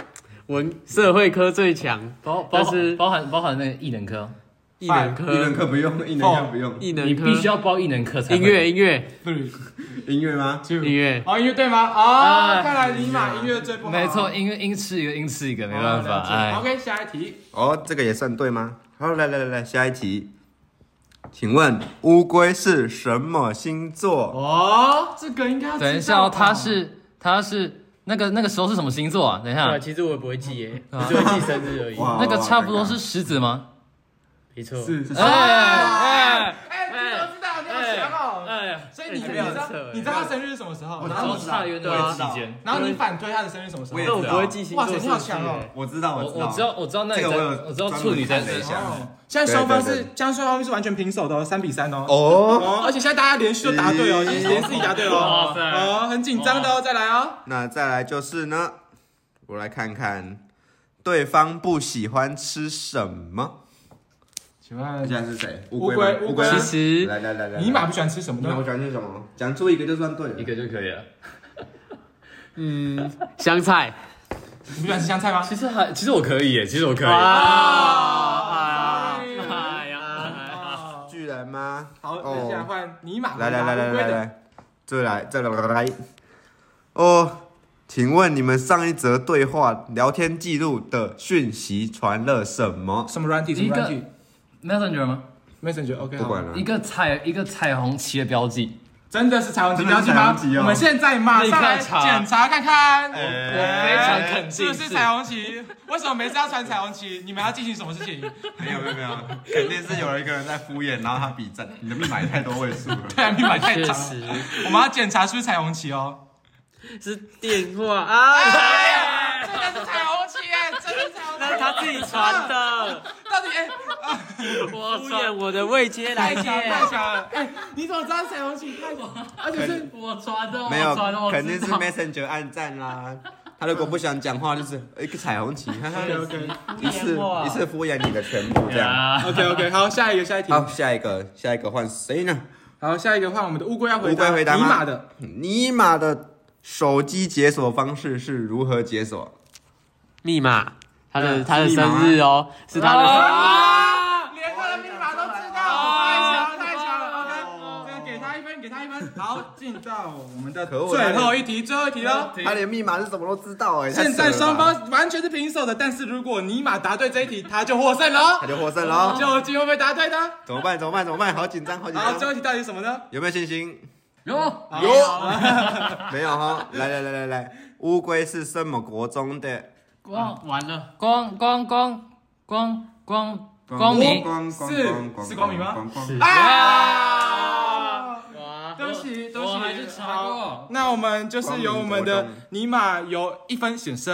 [SPEAKER 3] 文社会科最强，
[SPEAKER 4] 包
[SPEAKER 3] 但
[SPEAKER 4] 包
[SPEAKER 3] 是
[SPEAKER 4] 包含包含那个艺能科，
[SPEAKER 3] 艺能科
[SPEAKER 2] 艺能课不用，艺能课不用，
[SPEAKER 3] 艺
[SPEAKER 4] 你
[SPEAKER 3] 能科
[SPEAKER 4] 必须要包艺能科才
[SPEAKER 3] 音
[SPEAKER 4] 会
[SPEAKER 3] 乐音乐
[SPEAKER 2] 音乐吗？
[SPEAKER 3] 音乐，
[SPEAKER 5] 哦，音乐对吗？啊，
[SPEAKER 4] 哎
[SPEAKER 5] 看来尼玛音乐最不好。
[SPEAKER 4] 没错，音乐音吃一个，音吃一个，没办法，
[SPEAKER 5] 好
[SPEAKER 4] 哎，
[SPEAKER 5] ，OK，下一题。
[SPEAKER 2] 哦，这个也算对吗？好，来来来来，下一题，请问乌龟是什么星座？
[SPEAKER 5] 哦，这个应该要知道吧
[SPEAKER 4] 等一下哦，他是他是那个那个时候是什么星座啊？等
[SPEAKER 3] 对
[SPEAKER 4] 一下
[SPEAKER 3] 啊，，其实我也不会记耶，我只会记生日而已。
[SPEAKER 2] 哇
[SPEAKER 4] 那个差不多是狮子吗？
[SPEAKER 3] 没错，
[SPEAKER 5] 是是
[SPEAKER 4] 哎哎
[SPEAKER 5] 哎，你都知道，你好强哦。
[SPEAKER 4] 哎，
[SPEAKER 5] 所以你你
[SPEAKER 3] 哎这
[SPEAKER 5] 知
[SPEAKER 3] 个很
[SPEAKER 5] 道
[SPEAKER 3] 扯哎
[SPEAKER 5] 你知道他生日是什么时候？然
[SPEAKER 4] 然
[SPEAKER 5] 后
[SPEAKER 4] 后
[SPEAKER 5] 你
[SPEAKER 4] 哎差约
[SPEAKER 3] 对啊
[SPEAKER 4] 那个期间，
[SPEAKER 5] 然后你反推他的生日什么时候？
[SPEAKER 2] 我也
[SPEAKER 3] 但我不会记星座
[SPEAKER 5] 哇塞
[SPEAKER 3] 顺
[SPEAKER 5] 你
[SPEAKER 3] 序
[SPEAKER 5] 好强哦
[SPEAKER 3] 耶。
[SPEAKER 2] 我知道，
[SPEAKER 4] 我
[SPEAKER 2] 我
[SPEAKER 4] 我知道我知道那
[SPEAKER 2] 这
[SPEAKER 4] 里
[SPEAKER 2] 个
[SPEAKER 4] 在
[SPEAKER 2] 我有
[SPEAKER 4] 知道处女在
[SPEAKER 2] 专门看了一下
[SPEAKER 5] 哦，现在双方是，现在双方是完全平手的哦，三比三哦。
[SPEAKER 2] 哦。
[SPEAKER 5] 哦，而且现在大家连续都答对哦，
[SPEAKER 2] 咦
[SPEAKER 5] 连四题答对哦，
[SPEAKER 4] 哇塞
[SPEAKER 5] 哦，很紧张的哦，再来哦。
[SPEAKER 2] 那再来就是呢，我来看看对方不喜欢吃什么。
[SPEAKER 5] 请问
[SPEAKER 2] 现在是谁？乌
[SPEAKER 5] 龟
[SPEAKER 2] 龟
[SPEAKER 5] 吗
[SPEAKER 2] 吗？
[SPEAKER 5] 乌龟啊
[SPEAKER 3] 其实
[SPEAKER 2] 来来来来，
[SPEAKER 5] 尼玛不喜欢吃什么
[SPEAKER 2] 你们
[SPEAKER 5] 呢
[SPEAKER 2] 我？喜欢吃什么？讲出一个就算对
[SPEAKER 4] 一
[SPEAKER 2] 了。
[SPEAKER 4] 个就可以了。
[SPEAKER 3] 香菜，
[SPEAKER 5] 你不喜欢吃香菜吗？
[SPEAKER 4] 其实还其实我可以耶，其实我可以。
[SPEAKER 5] 啊
[SPEAKER 3] 啊，
[SPEAKER 5] 哎
[SPEAKER 3] 哎
[SPEAKER 5] 哦
[SPEAKER 2] 巨人吗？
[SPEAKER 5] 好，那现在
[SPEAKER 2] 哦，
[SPEAKER 5] 换尼玛
[SPEAKER 2] 来来来来
[SPEAKER 5] 乌龟
[SPEAKER 2] 来
[SPEAKER 5] 的
[SPEAKER 2] 来，再来再来来来。哦，请问你们上一则对话聊天记录的讯息传了什么？
[SPEAKER 5] 什么软体？什么软体
[SPEAKER 4] Messenger 吗？
[SPEAKER 5] ？Messenger OK，
[SPEAKER 2] 不管了
[SPEAKER 4] 一，个彩一个彩虹旗的标记，
[SPEAKER 5] 真的是彩虹旗
[SPEAKER 2] 真的
[SPEAKER 5] 标
[SPEAKER 2] 是
[SPEAKER 5] 记吗
[SPEAKER 2] 彩虹旗？哦哎
[SPEAKER 5] 我们现在马上来
[SPEAKER 4] 立刻查
[SPEAKER 5] 检查看看。
[SPEAKER 4] 非常肯
[SPEAKER 5] 是
[SPEAKER 4] 定
[SPEAKER 5] 不是彩虹旗？为什么每次要穿彩虹旗？ 你们要进行什么事情？
[SPEAKER 2] 没有没有没有，肯定是有一个人在敷衍，然后他比赞，你的密码也太多位数了。
[SPEAKER 5] 对啊，密码 太
[SPEAKER 3] 确
[SPEAKER 5] 长了。
[SPEAKER 3] 实
[SPEAKER 5] 我们要检查是不是彩虹旗哦。
[SPEAKER 3] 是电话哎啊，
[SPEAKER 5] 哎真的是彩虹旗哎，真的是彩虹
[SPEAKER 3] 那
[SPEAKER 5] 旗。
[SPEAKER 3] 是他自己传的，
[SPEAKER 5] 到底哎，
[SPEAKER 3] 我敷衍我的未接来
[SPEAKER 5] 太强了 太
[SPEAKER 3] 电。
[SPEAKER 5] 强了！哎，你怎么知道彩虹旗？太强了，而且是
[SPEAKER 4] 我传
[SPEAKER 5] 哦
[SPEAKER 4] 的，
[SPEAKER 2] 啊没有，肯定是 Messenger 暗赞 啦。他如果不想讲话，就是哎一个彩虹旗，哈哈
[SPEAKER 5] OK
[SPEAKER 2] 一次
[SPEAKER 5] 啊
[SPEAKER 2] 一次敷衍你的全部这样。
[SPEAKER 4] 啊。
[SPEAKER 5] OK OK，好，下一个下一题。
[SPEAKER 2] 好，下一个，下一个换谁呢？
[SPEAKER 5] 好，下一个换我们的乌龟要回
[SPEAKER 2] 乌龟回答
[SPEAKER 5] 尼
[SPEAKER 2] 吗
[SPEAKER 5] 玛的
[SPEAKER 2] 尼玛的手机解锁方式是如何解锁？
[SPEAKER 3] 密码，他的
[SPEAKER 2] 嗯
[SPEAKER 3] 他的
[SPEAKER 2] 是密码
[SPEAKER 3] 生
[SPEAKER 2] 吗
[SPEAKER 3] 啊日哦，是他的生日。
[SPEAKER 5] 啊连他的密码进到我们的
[SPEAKER 2] 可恶他
[SPEAKER 5] 最后一题，最后一题喽。
[SPEAKER 2] 他连密码是什么都知道哎、太
[SPEAKER 5] 现在
[SPEAKER 2] 扯了吧
[SPEAKER 5] 双方完全是平手的，但是如果尼玛答对这一题，他就获胜喽
[SPEAKER 2] 他。就获胜了，
[SPEAKER 5] 究竟会不会答对呢？
[SPEAKER 2] 怎么办？怎么办？怎么办？好紧张，好紧
[SPEAKER 5] 好，最
[SPEAKER 2] 张，
[SPEAKER 5] 后一题到底是什么呢？
[SPEAKER 2] 有没有信心？
[SPEAKER 4] 哟，
[SPEAKER 5] 有，
[SPEAKER 2] 没有 哈，来来来来来，乌龟是什么国中的？
[SPEAKER 5] 啊
[SPEAKER 4] 光
[SPEAKER 3] 完了，
[SPEAKER 4] 光光光光光光明，
[SPEAKER 6] 光
[SPEAKER 5] 是
[SPEAKER 6] 光
[SPEAKER 5] 是光明吗
[SPEAKER 6] 光光
[SPEAKER 5] 啊！
[SPEAKER 3] 哇
[SPEAKER 5] 对不起，对不
[SPEAKER 3] 我
[SPEAKER 5] 起，
[SPEAKER 3] 还去查
[SPEAKER 5] 好
[SPEAKER 3] 过
[SPEAKER 5] 那我们就是由我们的尼玛有一分险胜，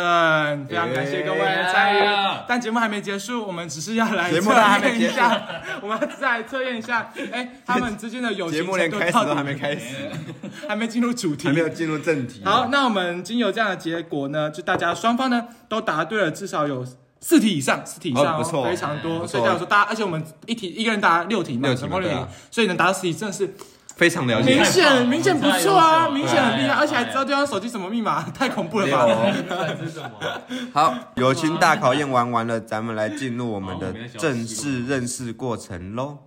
[SPEAKER 5] 非常感谢各位的参
[SPEAKER 3] 哎
[SPEAKER 5] 与
[SPEAKER 3] 呀。
[SPEAKER 5] 但节目还没结束，我们只是要来
[SPEAKER 2] 节目都还
[SPEAKER 5] 测
[SPEAKER 2] 没
[SPEAKER 5] 验一下， 我们要再来测验一下，哎，他们之间的友
[SPEAKER 2] 节
[SPEAKER 5] 情
[SPEAKER 2] 目连
[SPEAKER 5] 程度
[SPEAKER 2] 开始
[SPEAKER 5] 到
[SPEAKER 2] 都
[SPEAKER 5] 底
[SPEAKER 2] 还没开始，
[SPEAKER 5] 还没进入主题
[SPEAKER 2] 还。没有进入正题。啊
[SPEAKER 5] 好，，那我们经由这样的结果呢，就大家双方呢都答对了，至少有。四题以上，四题以上、
[SPEAKER 2] 哦不错
[SPEAKER 5] 非常多。
[SPEAKER 2] 不错
[SPEAKER 5] 所以这样说，大家，而且我们一题一个人答六题嘛，
[SPEAKER 2] 六题嘛
[SPEAKER 5] 总共六题，
[SPEAKER 2] 对啊
[SPEAKER 5] 所以能达到四题真的是
[SPEAKER 2] 非常了
[SPEAKER 5] 明
[SPEAKER 2] 解。
[SPEAKER 5] 显明显不错啊，明显很厉
[SPEAKER 4] 对
[SPEAKER 5] 害，而且还知道对方手机什么密码，太恐怖 了
[SPEAKER 2] 没有
[SPEAKER 5] 吧？
[SPEAKER 4] 是什么？
[SPEAKER 2] 好，友情大考验玩完了，咱们来进入我们的正式认识过程喽。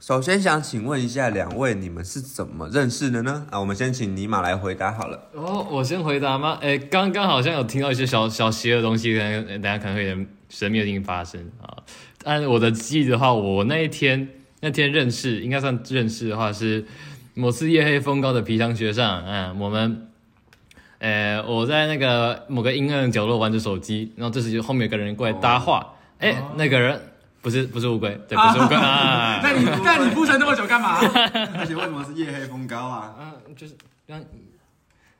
[SPEAKER 2] 首先想请问一下两位，你们是怎么认识的呢？啊，我们先请尼玛来回答好 了。
[SPEAKER 4] 哦，我先回答吗？诶，刚刚好像有听到一些小小邪的东西，等下等下可能会有点神秘的事情发生啊。按我的记忆的话，我那一天那天认识，应该算认识的话是某次夜黑风高的皮箱学上，嗯，我们。呃，我在那个某个阴暗的角落玩着手机，然后这时就后面有个人过来搭话，哎、那个人不是不是乌龟，对，不是乌龟啊，
[SPEAKER 5] 那你那你铺陈那么久干嘛？
[SPEAKER 6] 而且为什么是夜黑风高啊？
[SPEAKER 4] 嗯，就是让，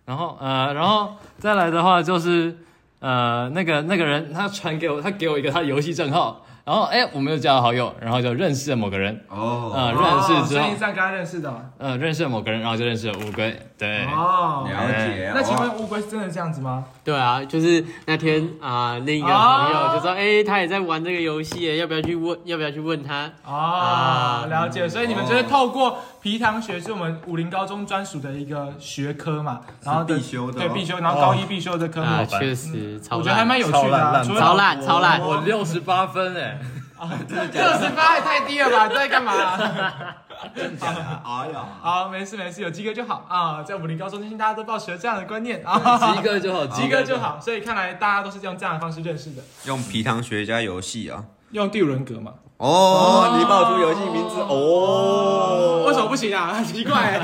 [SPEAKER 4] 然后呃，然后再来的话就是呃，那个那个人他传给我，他给我一个他的游戏账号，然后哎，我们又加了好友，然后就认识了某个人，
[SPEAKER 6] 哦，
[SPEAKER 4] 呃，认
[SPEAKER 5] 哦
[SPEAKER 4] 识之
[SPEAKER 5] 所以
[SPEAKER 4] 后
[SPEAKER 5] 你，这样跟他认识的哦。
[SPEAKER 4] 呃，认识了某个人，然后就认识了乌龟，对，
[SPEAKER 5] 哦
[SPEAKER 6] 了解。
[SPEAKER 5] 那请
[SPEAKER 6] 哦
[SPEAKER 5] 问乌龟是真的这样子吗？
[SPEAKER 3] 对啊，就是那天啊、另一个朋
[SPEAKER 5] 哦
[SPEAKER 3] 友就说，哎、他也在玩这个游戏耶，要不要去问？要不要去问他？
[SPEAKER 5] 哦
[SPEAKER 3] 啊，
[SPEAKER 5] 了解。所以你们就是透过皮糖学是我们武林高中专属的一个学科嘛，然后的
[SPEAKER 6] 必修的哦
[SPEAKER 5] 对必修，然后高一必修的科目，
[SPEAKER 3] 啊，确实超
[SPEAKER 5] 我觉得还
[SPEAKER 3] 烂，
[SPEAKER 5] 蛮有趣的啊。除了
[SPEAKER 3] 超烂，超烂。
[SPEAKER 4] 六十八分哎，
[SPEAKER 5] 六十八也太低了吧？在干嘛 啊？
[SPEAKER 6] 哎呀，
[SPEAKER 5] 好，没事没事，有及格就好啊。在武林高中，相信大家都抱持了这样的观念 啊，
[SPEAKER 4] 及格就好，
[SPEAKER 5] 及格就好。所以看来大家都是用这样的方式认识的，
[SPEAKER 2] 用皮糖学家游戏啊。
[SPEAKER 5] 用第五人格嘛。
[SPEAKER 2] 哦，你报出游戏名字哦。
[SPEAKER 5] 为什么不行啊？ 奇怪、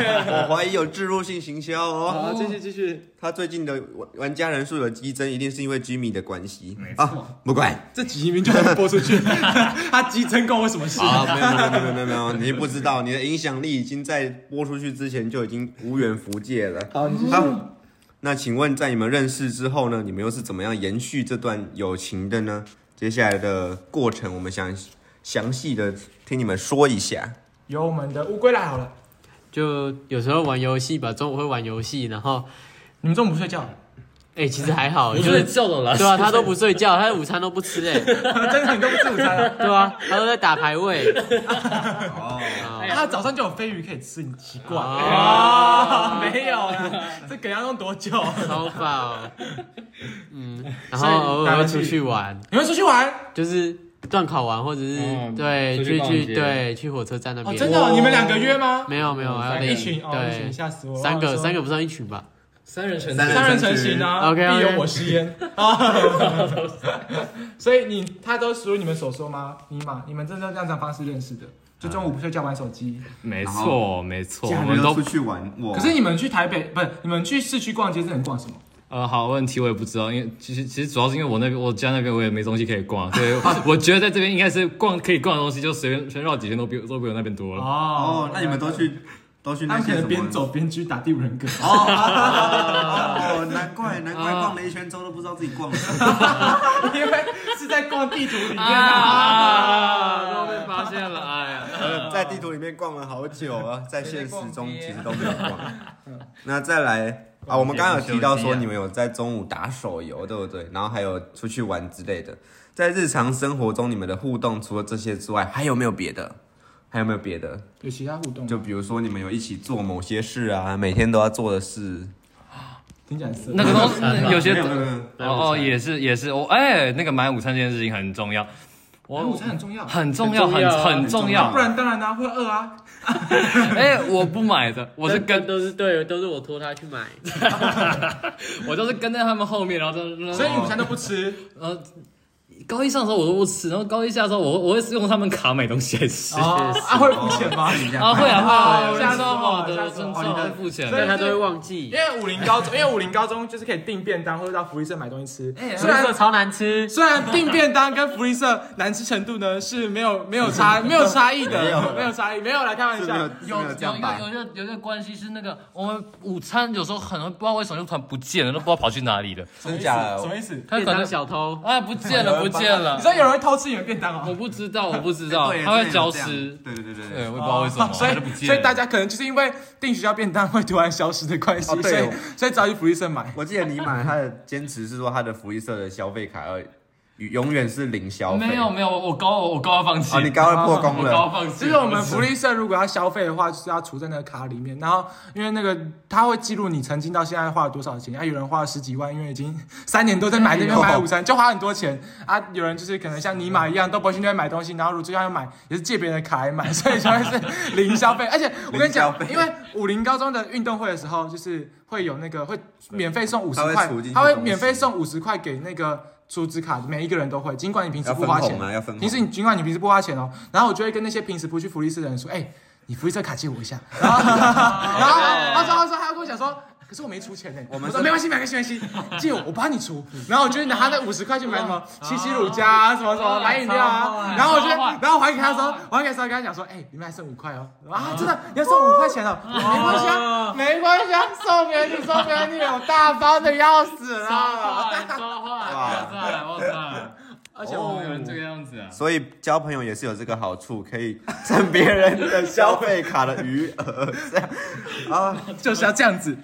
[SPEAKER 2] 我怀疑有置入性行销
[SPEAKER 5] 好，
[SPEAKER 2] 哦。
[SPEAKER 5] 继续继续，
[SPEAKER 2] 他最近的玩玩家人数有激增，一定是因为 Jimmy 的关系啊。不管
[SPEAKER 5] 这集明明就能播出去， 他集成关我什么事？
[SPEAKER 2] 啊，没有没有没有没有没有，你不知道，你的影响力已经在播出去之前就已经无远弗届了。
[SPEAKER 5] 好，你继续。
[SPEAKER 2] 好，那请问在你们认识之后呢，你们又是怎么样延续这段友情的呢？接下来的过程，我们想详细的听你们说一下。
[SPEAKER 5] 由我们的乌龟来好了。
[SPEAKER 3] 就有时候玩游戏吧，中午会玩游戏，然后
[SPEAKER 5] 你们中午不睡觉？
[SPEAKER 3] 哎、其实还好，
[SPEAKER 4] 我
[SPEAKER 3] 就
[SPEAKER 4] 就是
[SPEAKER 3] 是
[SPEAKER 4] 叫了啦，
[SPEAKER 3] 对啊，他都不睡觉，他的午餐都不吃哎、
[SPEAKER 5] 真的，你都不吃午 餐了？
[SPEAKER 3] 对啊，他都在打排位。
[SPEAKER 5] 他早上就有飞鱼可以吃，你奇怪？
[SPEAKER 3] 哦
[SPEAKER 5] 啊， 没 有啦，这梗要弄多久？
[SPEAKER 3] 超爆，嗯，然
[SPEAKER 5] 所以
[SPEAKER 3] 后偶尔
[SPEAKER 5] 打
[SPEAKER 3] 会
[SPEAKER 5] 游戏
[SPEAKER 3] 出去玩，
[SPEAKER 5] 你们出去玩？
[SPEAKER 3] 就是段考完或者是、
[SPEAKER 4] 嗯
[SPEAKER 3] 对
[SPEAKER 4] 出去
[SPEAKER 3] 去
[SPEAKER 4] 逛街
[SPEAKER 3] 去对去火车站那
[SPEAKER 5] 哦，
[SPEAKER 3] 边，
[SPEAKER 5] 真的哦？你们两个约吗？
[SPEAKER 3] 没有没有，还有另
[SPEAKER 5] 一群哦，一群
[SPEAKER 3] 对
[SPEAKER 5] 吓死我！
[SPEAKER 3] 三
[SPEAKER 5] 我
[SPEAKER 3] 个
[SPEAKER 5] 想说
[SPEAKER 3] 三个不算一群 吧？
[SPEAKER 4] 三人成
[SPEAKER 5] 呃三人成型啊，必
[SPEAKER 3] OK，OK
[SPEAKER 5] 有我师焉啊。 所以你他都属于你们所说吗？尼玛，你们真的这样的方式认识的，就中午不睡觉玩手机。
[SPEAKER 4] 没
[SPEAKER 6] 然
[SPEAKER 4] 错没错，我
[SPEAKER 6] 假
[SPEAKER 4] 们
[SPEAKER 6] 日
[SPEAKER 4] 都
[SPEAKER 6] 出去玩，我
[SPEAKER 5] 可是你们去台北不是？你们去市区逛街，真的逛什么？
[SPEAKER 4] 呃，好问题我也不知道，因为其实其实主要是因为我那边我家那边我也没东西可以逛，所以我觉得在这边应该是逛可以逛的东西就随便随便绕几圈都比都比我那边多了。
[SPEAKER 5] 哦
[SPEAKER 6] 哦，那你们都去都去
[SPEAKER 5] 他
[SPEAKER 6] 那
[SPEAKER 5] 们可
[SPEAKER 6] 些什
[SPEAKER 5] 能
[SPEAKER 6] 么？
[SPEAKER 5] 边走边去打第五人格。
[SPEAKER 6] 哦哦，难怪难怪逛了一圈之后都不知道自己逛了。
[SPEAKER 5] 因为是在逛地图里面
[SPEAKER 4] 啊，
[SPEAKER 5] 啊。
[SPEAKER 4] 都被发现了，哎呀，
[SPEAKER 2] 呃，在地图里面逛了好久啊，在现实中其实都没有逛。那再来啊，我们刚刚有提到说你们有在中午打手游，对不对？然后还有出去玩之类的。在日常生活中，你们的互动除了这些之外，还有没有别的？还有没有别的？
[SPEAKER 5] 有其他互动吗，
[SPEAKER 2] 就比如说你们有一起做某些事啊，每天都要做的事。
[SPEAKER 5] 挺展示。
[SPEAKER 4] 那个东西有些
[SPEAKER 2] 没有没有没有
[SPEAKER 4] 哦哦也是也是我哎、那个买午餐这件事情很重要，
[SPEAKER 5] 我
[SPEAKER 4] 我
[SPEAKER 5] 午餐很重要，
[SPEAKER 4] 很重要
[SPEAKER 3] 很重要啊
[SPEAKER 4] 很很重要
[SPEAKER 5] 不，然当然啦、会饿啊。
[SPEAKER 4] 哎、我不买的，我是跟
[SPEAKER 3] 都是对，都是我托他去 买。
[SPEAKER 4] 我都是跟在他们后面，然后就
[SPEAKER 5] 所以你午餐都不吃，
[SPEAKER 4] 呃，高一上的时候我都不吃，然后高一下的时候我我会用他们卡买东西来吃。
[SPEAKER 5] 哦啊会付钱吗？
[SPEAKER 4] 啊会啊会啊，
[SPEAKER 5] 哦
[SPEAKER 4] 下
[SPEAKER 5] 吓
[SPEAKER 4] 次
[SPEAKER 5] 死我
[SPEAKER 4] 好
[SPEAKER 5] 了
[SPEAKER 4] 的，
[SPEAKER 5] 吓
[SPEAKER 4] 真
[SPEAKER 5] 死我
[SPEAKER 4] 的
[SPEAKER 5] 了
[SPEAKER 4] 会付钱
[SPEAKER 5] 所以
[SPEAKER 4] 的。
[SPEAKER 3] 但他都会忘记
[SPEAKER 5] 因，为武林高中，因为武林高中就是可以订便当或者到福利社买东西吃。虽然
[SPEAKER 3] 超难吃，
[SPEAKER 5] 虽然订便当跟福利社难吃程度呢是没有没有 差没有差异的，
[SPEAKER 2] 没有
[SPEAKER 5] 没有差异，没有来开玩
[SPEAKER 2] 是
[SPEAKER 5] 笑
[SPEAKER 2] 没。有是没有这
[SPEAKER 4] 有
[SPEAKER 2] 样
[SPEAKER 4] 一个
[SPEAKER 2] 吧？
[SPEAKER 4] 有一个有一个关系是那个，我们午餐有时候很不知道为什么就突然不见了，都不知道跑去哪里了。
[SPEAKER 2] 真假
[SPEAKER 5] 什么
[SPEAKER 2] 的？
[SPEAKER 5] 意思？
[SPEAKER 4] 他可
[SPEAKER 3] 便
[SPEAKER 4] 能
[SPEAKER 3] 当小偷。
[SPEAKER 4] 哎不见了不见了
[SPEAKER 5] 你知，道有人会偷吃你们便当
[SPEAKER 4] 我
[SPEAKER 5] 哦？
[SPEAKER 4] 不知道我不知道
[SPEAKER 2] 对，
[SPEAKER 4] 他会
[SPEAKER 2] 真的有
[SPEAKER 4] 消
[SPEAKER 2] 这样
[SPEAKER 4] 失。
[SPEAKER 2] 对对对对
[SPEAKER 4] 对，
[SPEAKER 2] 对。
[SPEAKER 4] 我也不知道为什么，
[SPEAKER 5] 哦所
[SPEAKER 4] 它就不
[SPEAKER 5] 以
[SPEAKER 4] 见了
[SPEAKER 5] 所以大家可能就是因为订学校便当会突然消失的关系，
[SPEAKER 2] 哦对
[SPEAKER 5] 所以
[SPEAKER 2] 哦
[SPEAKER 5] 所以只好去福利社买。
[SPEAKER 2] 我记得你买他的坚持是说他的福利社的消费卡要永远是零消费。
[SPEAKER 4] 没有没有，我我高我高要放弃
[SPEAKER 2] 哦，，你刚刚破功
[SPEAKER 4] 我高要
[SPEAKER 2] 了。
[SPEAKER 4] 放弃。
[SPEAKER 5] 就是我们福利社如果要消费的话，就是要储在那个卡里面，然后因为那个它会记录你曾经到现在花了多少钱，啊，有人花了十几万，因为已经 三年都在买那
[SPEAKER 2] 哦
[SPEAKER 5] 边买午餐，就花很多钱啊。有人就是可能像你买一样，都不会去那边买东西，然后如果最后要买，也是借别人的卡来买，所以就会是零消 费。而且我跟你
[SPEAKER 2] 零消，
[SPEAKER 5] 讲
[SPEAKER 2] 费
[SPEAKER 5] 因为武林高中的运动会的时候，就是会有那个会免费送五十
[SPEAKER 2] 它会
[SPEAKER 5] 块
[SPEAKER 2] 储进，去
[SPEAKER 5] 他会
[SPEAKER 2] 东西
[SPEAKER 5] 免费送五十块给那个储值卡，每一个人都会，尽管你平时
[SPEAKER 2] 要
[SPEAKER 5] 不
[SPEAKER 2] 分
[SPEAKER 5] 花钱
[SPEAKER 2] 红。啊，要分
[SPEAKER 5] 平
[SPEAKER 2] 红。
[SPEAKER 5] 时你嗯尽管你平时不花钱哦，然后我就会跟那些平时不去福利社的人说，哎、你福利社卡借我一下。 然后然后他说他说他要跟我讲说。可是我没出钱欸呢、我们说没关系，没关系，没关系，借我，我帮你 出。然后我就拿他那五十块去买什么七七乳加啊，什么什么买饮料啊。然后我就，然后我还给他说，我还给他跟他讲说，哎、你们还剩五块哦。啊，真的，你要送五块钱哦，没关系啊，没关系啊，送给你，送给你，我大方的要死
[SPEAKER 4] 说
[SPEAKER 5] 了。
[SPEAKER 4] 话，
[SPEAKER 2] 哇
[SPEAKER 4] 哇塞哇塞，
[SPEAKER 5] 而且我们
[SPEAKER 4] 有人这个样子 啊。
[SPEAKER 2] 所以交朋友也是有这个好处，可以占别人的消费卡的余额，这样啊，
[SPEAKER 5] 就是要这样子，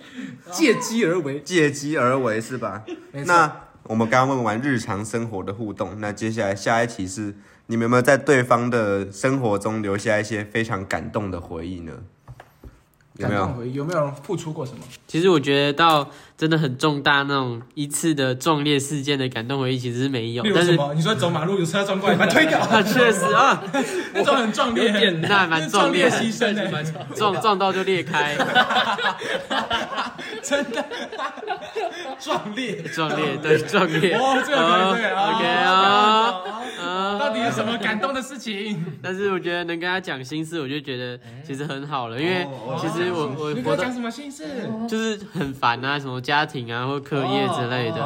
[SPEAKER 5] 借机而为。
[SPEAKER 2] 借机而为是吧？
[SPEAKER 5] 没错
[SPEAKER 2] 那我们刚刚问完日常生活的互动，那接下来下一题是你们有没有在对方的生活中留下一些非常感动的回忆呢？有
[SPEAKER 5] 感
[SPEAKER 2] 没
[SPEAKER 5] 动
[SPEAKER 2] 有？
[SPEAKER 5] 回忆有没有人付出过什么？
[SPEAKER 3] 其实我觉得到真的很重大那种一次的壮烈事件的感动回忆，其实是没有
[SPEAKER 5] 例，如
[SPEAKER 3] 但
[SPEAKER 5] 什
[SPEAKER 3] 是
[SPEAKER 5] 么？你说走马路有车撞过来，把推倒，
[SPEAKER 3] 啊，确实 啊，
[SPEAKER 5] 那种很壮
[SPEAKER 3] 有
[SPEAKER 5] 烈，
[SPEAKER 3] 点那还蛮壮烈
[SPEAKER 5] 那是
[SPEAKER 3] 的，
[SPEAKER 5] 壮烈牺牲欸的，
[SPEAKER 3] 撞撞到就裂 开，
[SPEAKER 5] 真的壮烈。
[SPEAKER 3] 壮烈，对，壮烈。
[SPEAKER 5] 哦，这个可以，这个
[SPEAKER 3] 哦 OK
[SPEAKER 5] 啊
[SPEAKER 3] 啊。啊
[SPEAKER 5] 到底有什么感动的事情？
[SPEAKER 3] 但是我觉得能跟他讲心事，我就觉得
[SPEAKER 2] 嗯
[SPEAKER 3] 其实很好了，因
[SPEAKER 2] 哦
[SPEAKER 3] 为其实我我
[SPEAKER 5] 哦你跟
[SPEAKER 3] 活
[SPEAKER 5] 我
[SPEAKER 3] 到
[SPEAKER 5] 讲什么心事？
[SPEAKER 3] 就是很烦啊，什么家庭啊或课业之类
[SPEAKER 2] 哦
[SPEAKER 3] 的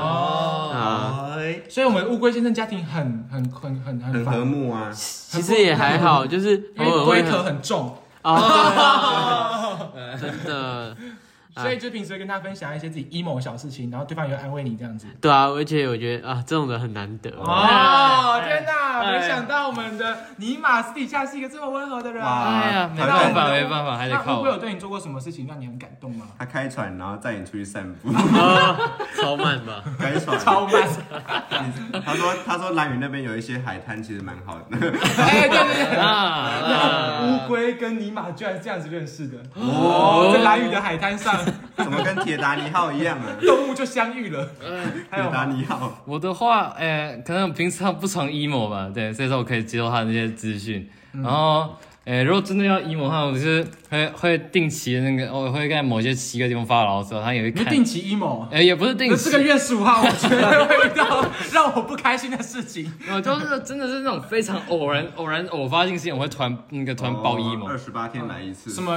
[SPEAKER 3] 啊，
[SPEAKER 6] 哎，
[SPEAKER 5] 所以，我们乌龟先生家庭很很很很很
[SPEAKER 2] 很和
[SPEAKER 5] 烦，
[SPEAKER 2] 睦啊，
[SPEAKER 3] 其实也还好，就是
[SPEAKER 5] 因
[SPEAKER 3] 偶
[SPEAKER 5] 为
[SPEAKER 3] 尔会
[SPEAKER 5] 龟
[SPEAKER 3] 很
[SPEAKER 5] 壳很重，
[SPEAKER 3] 啊， 对真的，哎
[SPEAKER 5] 所以就平时会跟他分享一些自己 emo 的小事情，然后对方也会安慰你这样子。
[SPEAKER 3] 对啊，而且我觉得啊，这种人很难得。
[SPEAKER 5] 哦，天哪！没想到我们的尼玛私底下是一个这么温和的人。
[SPEAKER 2] 哇
[SPEAKER 4] 哎呀，没
[SPEAKER 2] 那我们
[SPEAKER 4] 办法，没办法，还得
[SPEAKER 5] 那
[SPEAKER 4] 靠
[SPEAKER 5] 乌龟有
[SPEAKER 4] 我。
[SPEAKER 5] 对你做过什么事情让你很感动吗？
[SPEAKER 2] 他开船然后载你出去散 步，
[SPEAKER 3] 啊，超慢 吧？
[SPEAKER 2] 开船。
[SPEAKER 5] 超慢。
[SPEAKER 2] 他说他说兰屿那边有一些海滩，其实蛮好的。
[SPEAKER 5] 哎，对对对。
[SPEAKER 4] 啊
[SPEAKER 5] 乌龟跟尼玛居然是这样子认识的，
[SPEAKER 2] 哦，
[SPEAKER 5] 在蓝屿的海滩上，
[SPEAKER 2] 怎么跟铁达尼号一样啊？
[SPEAKER 5] 动物就相遇了。还
[SPEAKER 2] 铁
[SPEAKER 5] 有
[SPEAKER 2] 达
[SPEAKER 5] 吗
[SPEAKER 2] 尼号，
[SPEAKER 4] 我的话，呃，可能平常不常 emo 吧， 对，所以说我可以接受他的那些资讯。然后，呃，如果真的要 emo 的话，我就是会会定期的那个，我会在某些奇怪地方发牢骚，他也会
[SPEAKER 5] 你
[SPEAKER 4] 看。
[SPEAKER 5] 定期 emo。
[SPEAKER 4] 呃，也不是定
[SPEAKER 5] 这
[SPEAKER 4] 期
[SPEAKER 5] 是，个月十五号，我绝对会遇到让我不开心的事情。
[SPEAKER 4] 我就是真的是那种非常偶然、 偶然偶发性事件，我会突然那个突然
[SPEAKER 2] 哦
[SPEAKER 4] 爆
[SPEAKER 2] 二
[SPEAKER 4] emo。
[SPEAKER 2] 十八天来一次，
[SPEAKER 5] 什么？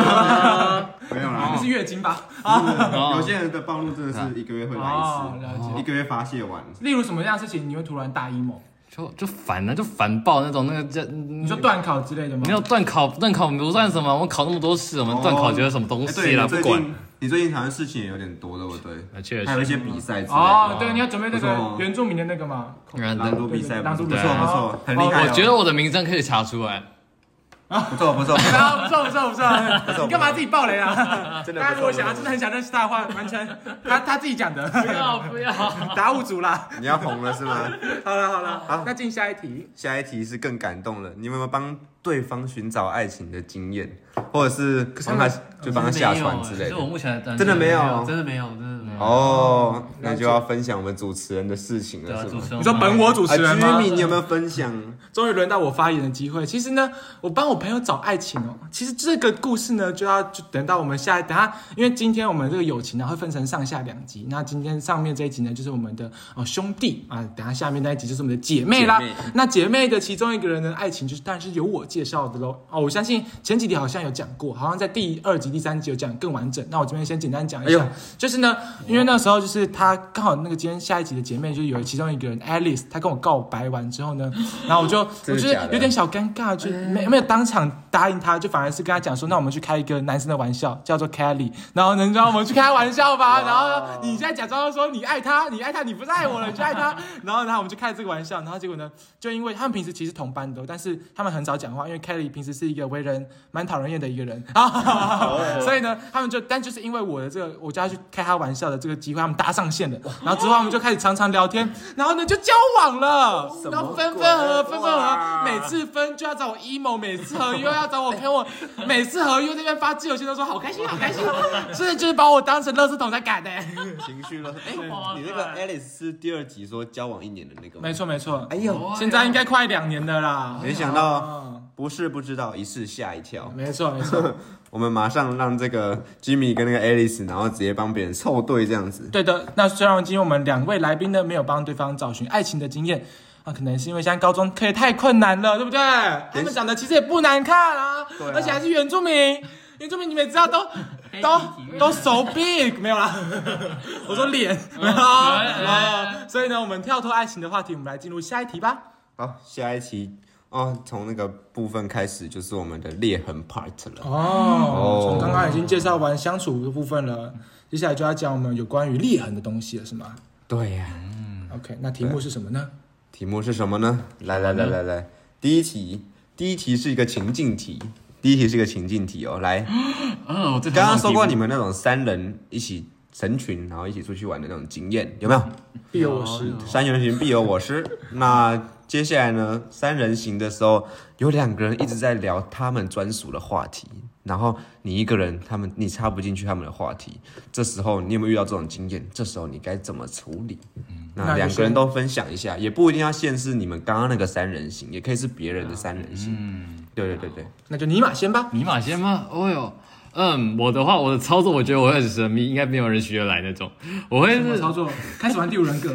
[SPEAKER 5] 你
[SPEAKER 2] 没有啦。
[SPEAKER 5] 是月经吧？
[SPEAKER 4] 哦
[SPEAKER 2] 有些人的暴露真
[SPEAKER 4] 啊
[SPEAKER 2] 的是一个月会
[SPEAKER 5] 哦，
[SPEAKER 2] 来
[SPEAKER 5] 了
[SPEAKER 2] 一次，
[SPEAKER 5] 解。
[SPEAKER 2] 一个月发泄完。
[SPEAKER 5] 例如什么样的事情你会突然大 emo？
[SPEAKER 4] 就就烦了、啊就烦爆那种那个叫
[SPEAKER 5] 你
[SPEAKER 4] 你
[SPEAKER 5] 说断考之类的吗
[SPEAKER 4] 没？有断考，断考不算什么，我考那么多次，我们断考觉得什么东
[SPEAKER 2] 哎
[SPEAKER 4] 西啦，
[SPEAKER 2] 对
[SPEAKER 4] 不
[SPEAKER 2] 你最
[SPEAKER 4] 管。
[SPEAKER 2] 近你最近好像事情也有点多，对不对？
[SPEAKER 4] 啊，确
[SPEAKER 2] 还
[SPEAKER 4] 实
[SPEAKER 2] 有一，些比赛之类的
[SPEAKER 5] 哦，对，你要准备那
[SPEAKER 2] 不错
[SPEAKER 5] 个
[SPEAKER 2] 哦
[SPEAKER 5] 原住民的那个嘛。
[SPEAKER 4] 然
[SPEAKER 2] 朗
[SPEAKER 4] 的，
[SPEAKER 2] 读比赛，
[SPEAKER 5] 朗读
[SPEAKER 2] 不
[SPEAKER 5] 比
[SPEAKER 2] 错
[SPEAKER 5] 赛
[SPEAKER 2] 不错，很厉害哦。
[SPEAKER 4] 我觉得我的名字可以查出来。
[SPEAKER 6] 不错不错，
[SPEAKER 5] 啊，不错不错不
[SPEAKER 6] 不错
[SPEAKER 5] 错，你干嘛自己爆雷啊？
[SPEAKER 2] 真的不错
[SPEAKER 5] 大家如果 想要真的很想认识他的话，完全他他自己讲的，
[SPEAKER 3] 啊
[SPEAKER 4] 不要不要，
[SPEAKER 5] 达悟族啦。
[SPEAKER 2] 你要红了是吗？
[SPEAKER 5] 好了好了，那进下一题。
[SPEAKER 2] 下一题是更感动了，你们有没有帮对方寻找爱情的经验，或者是帮他就帮他下
[SPEAKER 3] 欸
[SPEAKER 2] 船之类
[SPEAKER 4] 就我
[SPEAKER 2] 的？
[SPEAKER 4] 目前的
[SPEAKER 2] 真的没有
[SPEAKER 3] 真的没有，真的没有。
[SPEAKER 2] 哦，那就要分享我们主持人的事情
[SPEAKER 4] 对啊
[SPEAKER 2] 了，是
[SPEAKER 4] 主
[SPEAKER 2] 吗
[SPEAKER 4] 持？人，
[SPEAKER 5] 你说本我主持人
[SPEAKER 2] 啊
[SPEAKER 5] 吗
[SPEAKER 2] 居？民你有没有分享？
[SPEAKER 5] 终于轮到我发言的机会。其实呢，我帮我朋友找爱情哦。其实这个故事呢，就要就等到我们下等下，因为今天我们这个友情呢会分成上下两集。那今天上面这一集呢，就是我们的哦兄弟啊，等下下面那一集就是我们的姐妹啦。
[SPEAKER 2] 姐妹
[SPEAKER 5] 那姐妹的其中一个人的爱情就是当然是由我介绍的喽。哦，我相信前几集好像有讲过，好像在第二集、第三集有讲更完整。那我这边先简单讲一下，
[SPEAKER 2] 哎呦
[SPEAKER 5] 就是呢，因为那时候就是她刚好那个今天下一集的姐妹就是有其中一个人 Alice，她跟我告白完之后呢，然后我就我
[SPEAKER 2] 真的
[SPEAKER 5] 就是
[SPEAKER 2] 假的
[SPEAKER 5] 有点小尴尬，就没没有当场答应她，就反而是跟她讲说，那我们去开一个男生的玩笑，叫做 Kelly，然后能让我们去开玩笑吧？然后你现在假装说你爱他，你爱他，你不是爱我了，你就爱他，然后然后我们就开这个玩笑，然后结果呢，就因为他们平时其实同班的哦，但是他们很少讲话，因为 Kelly 平时是一个为人蛮讨人厌的一个人 啊，所以呢，他们就但就是因为我的这个我叫他去开他玩笑的这个机会，他们搭上线了，然后之后他们就开始常常聊天，然后呢就交往了，然后分分合合分分合合，每次分就要找我 emo，每次合又要找我陪 我，每次合又在那边发自由信都说好开心好开心，真的就是把我当成垃圾桶在赶的、欸
[SPEAKER 2] 情绪了。 哎，你那个 Alice 是第二集说交往一年的那个吗
[SPEAKER 5] 没。错哦没错，
[SPEAKER 2] 哎呦，
[SPEAKER 5] 现在应该快两年的啦，
[SPEAKER 2] 没想到
[SPEAKER 5] 嗯
[SPEAKER 2] 不是不知道，一次吓一跳。
[SPEAKER 5] 没错没错。
[SPEAKER 2] 我们马上让这个 Jimmy 跟那个 Alice，然后直接帮别人凑对这样子。
[SPEAKER 5] 对的，那虽然今天我们两位来宾呢没有帮对方找寻爱情的经验，啊，可能是因为现在高中课业太困难了，对不对？他们长得其实也不难看啊，而且还是原住民。原住民你们也知道 都都都 so big 没 有啦，我说脸没有啊啊，所以呢，我们跳脱爱情的话题，我们来进入下一题吧。
[SPEAKER 2] 好，下一期哦，从那个部分开始就是我们的裂痕 part 了。
[SPEAKER 5] 哦，从刚刚已经介绍完相处的部分了，接下来就要讲我们有关于裂痕的东西了，是吗
[SPEAKER 2] 对呀、
[SPEAKER 5] ？OK，那题目是什么呢？
[SPEAKER 2] 题目是什么呢？来来来来
[SPEAKER 4] 嗯
[SPEAKER 2] 来，第一题，第一题是一个情境题，第一题是一个情境题哦。 来，
[SPEAKER 4] 嗯，我最讨
[SPEAKER 2] 刚
[SPEAKER 4] 厌
[SPEAKER 2] 刚说过
[SPEAKER 4] 这种题目
[SPEAKER 2] 你们那种三人一起成群，然后一起出去玩的那种经验，有没有？
[SPEAKER 5] 必有我师。
[SPEAKER 2] 三人行必有我师。那接下来呢？三人行的时候，有两个人一直在聊他们专属的话题，然后你一个人，他们你插不进去他们的话题。这时候你有没有遇到这种经验？这时候你该怎么处理？
[SPEAKER 5] 那
[SPEAKER 2] 嗯那
[SPEAKER 5] 就
[SPEAKER 2] 两个
[SPEAKER 5] 先
[SPEAKER 2] 人都分享一下，也不一定要限制你们刚刚那个三人行，也可以是别人的三人行。嗯，对对对对，
[SPEAKER 5] 那就尼玛先吧。
[SPEAKER 4] 尼玛先吗？哦哟，嗯，我的话，我的操作我觉得我会很神秘，应该没有人学得来那种。我会
[SPEAKER 5] 怎么
[SPEAKER 4] 是
[SPEAKER 5] 操作？开始玩第五 人格。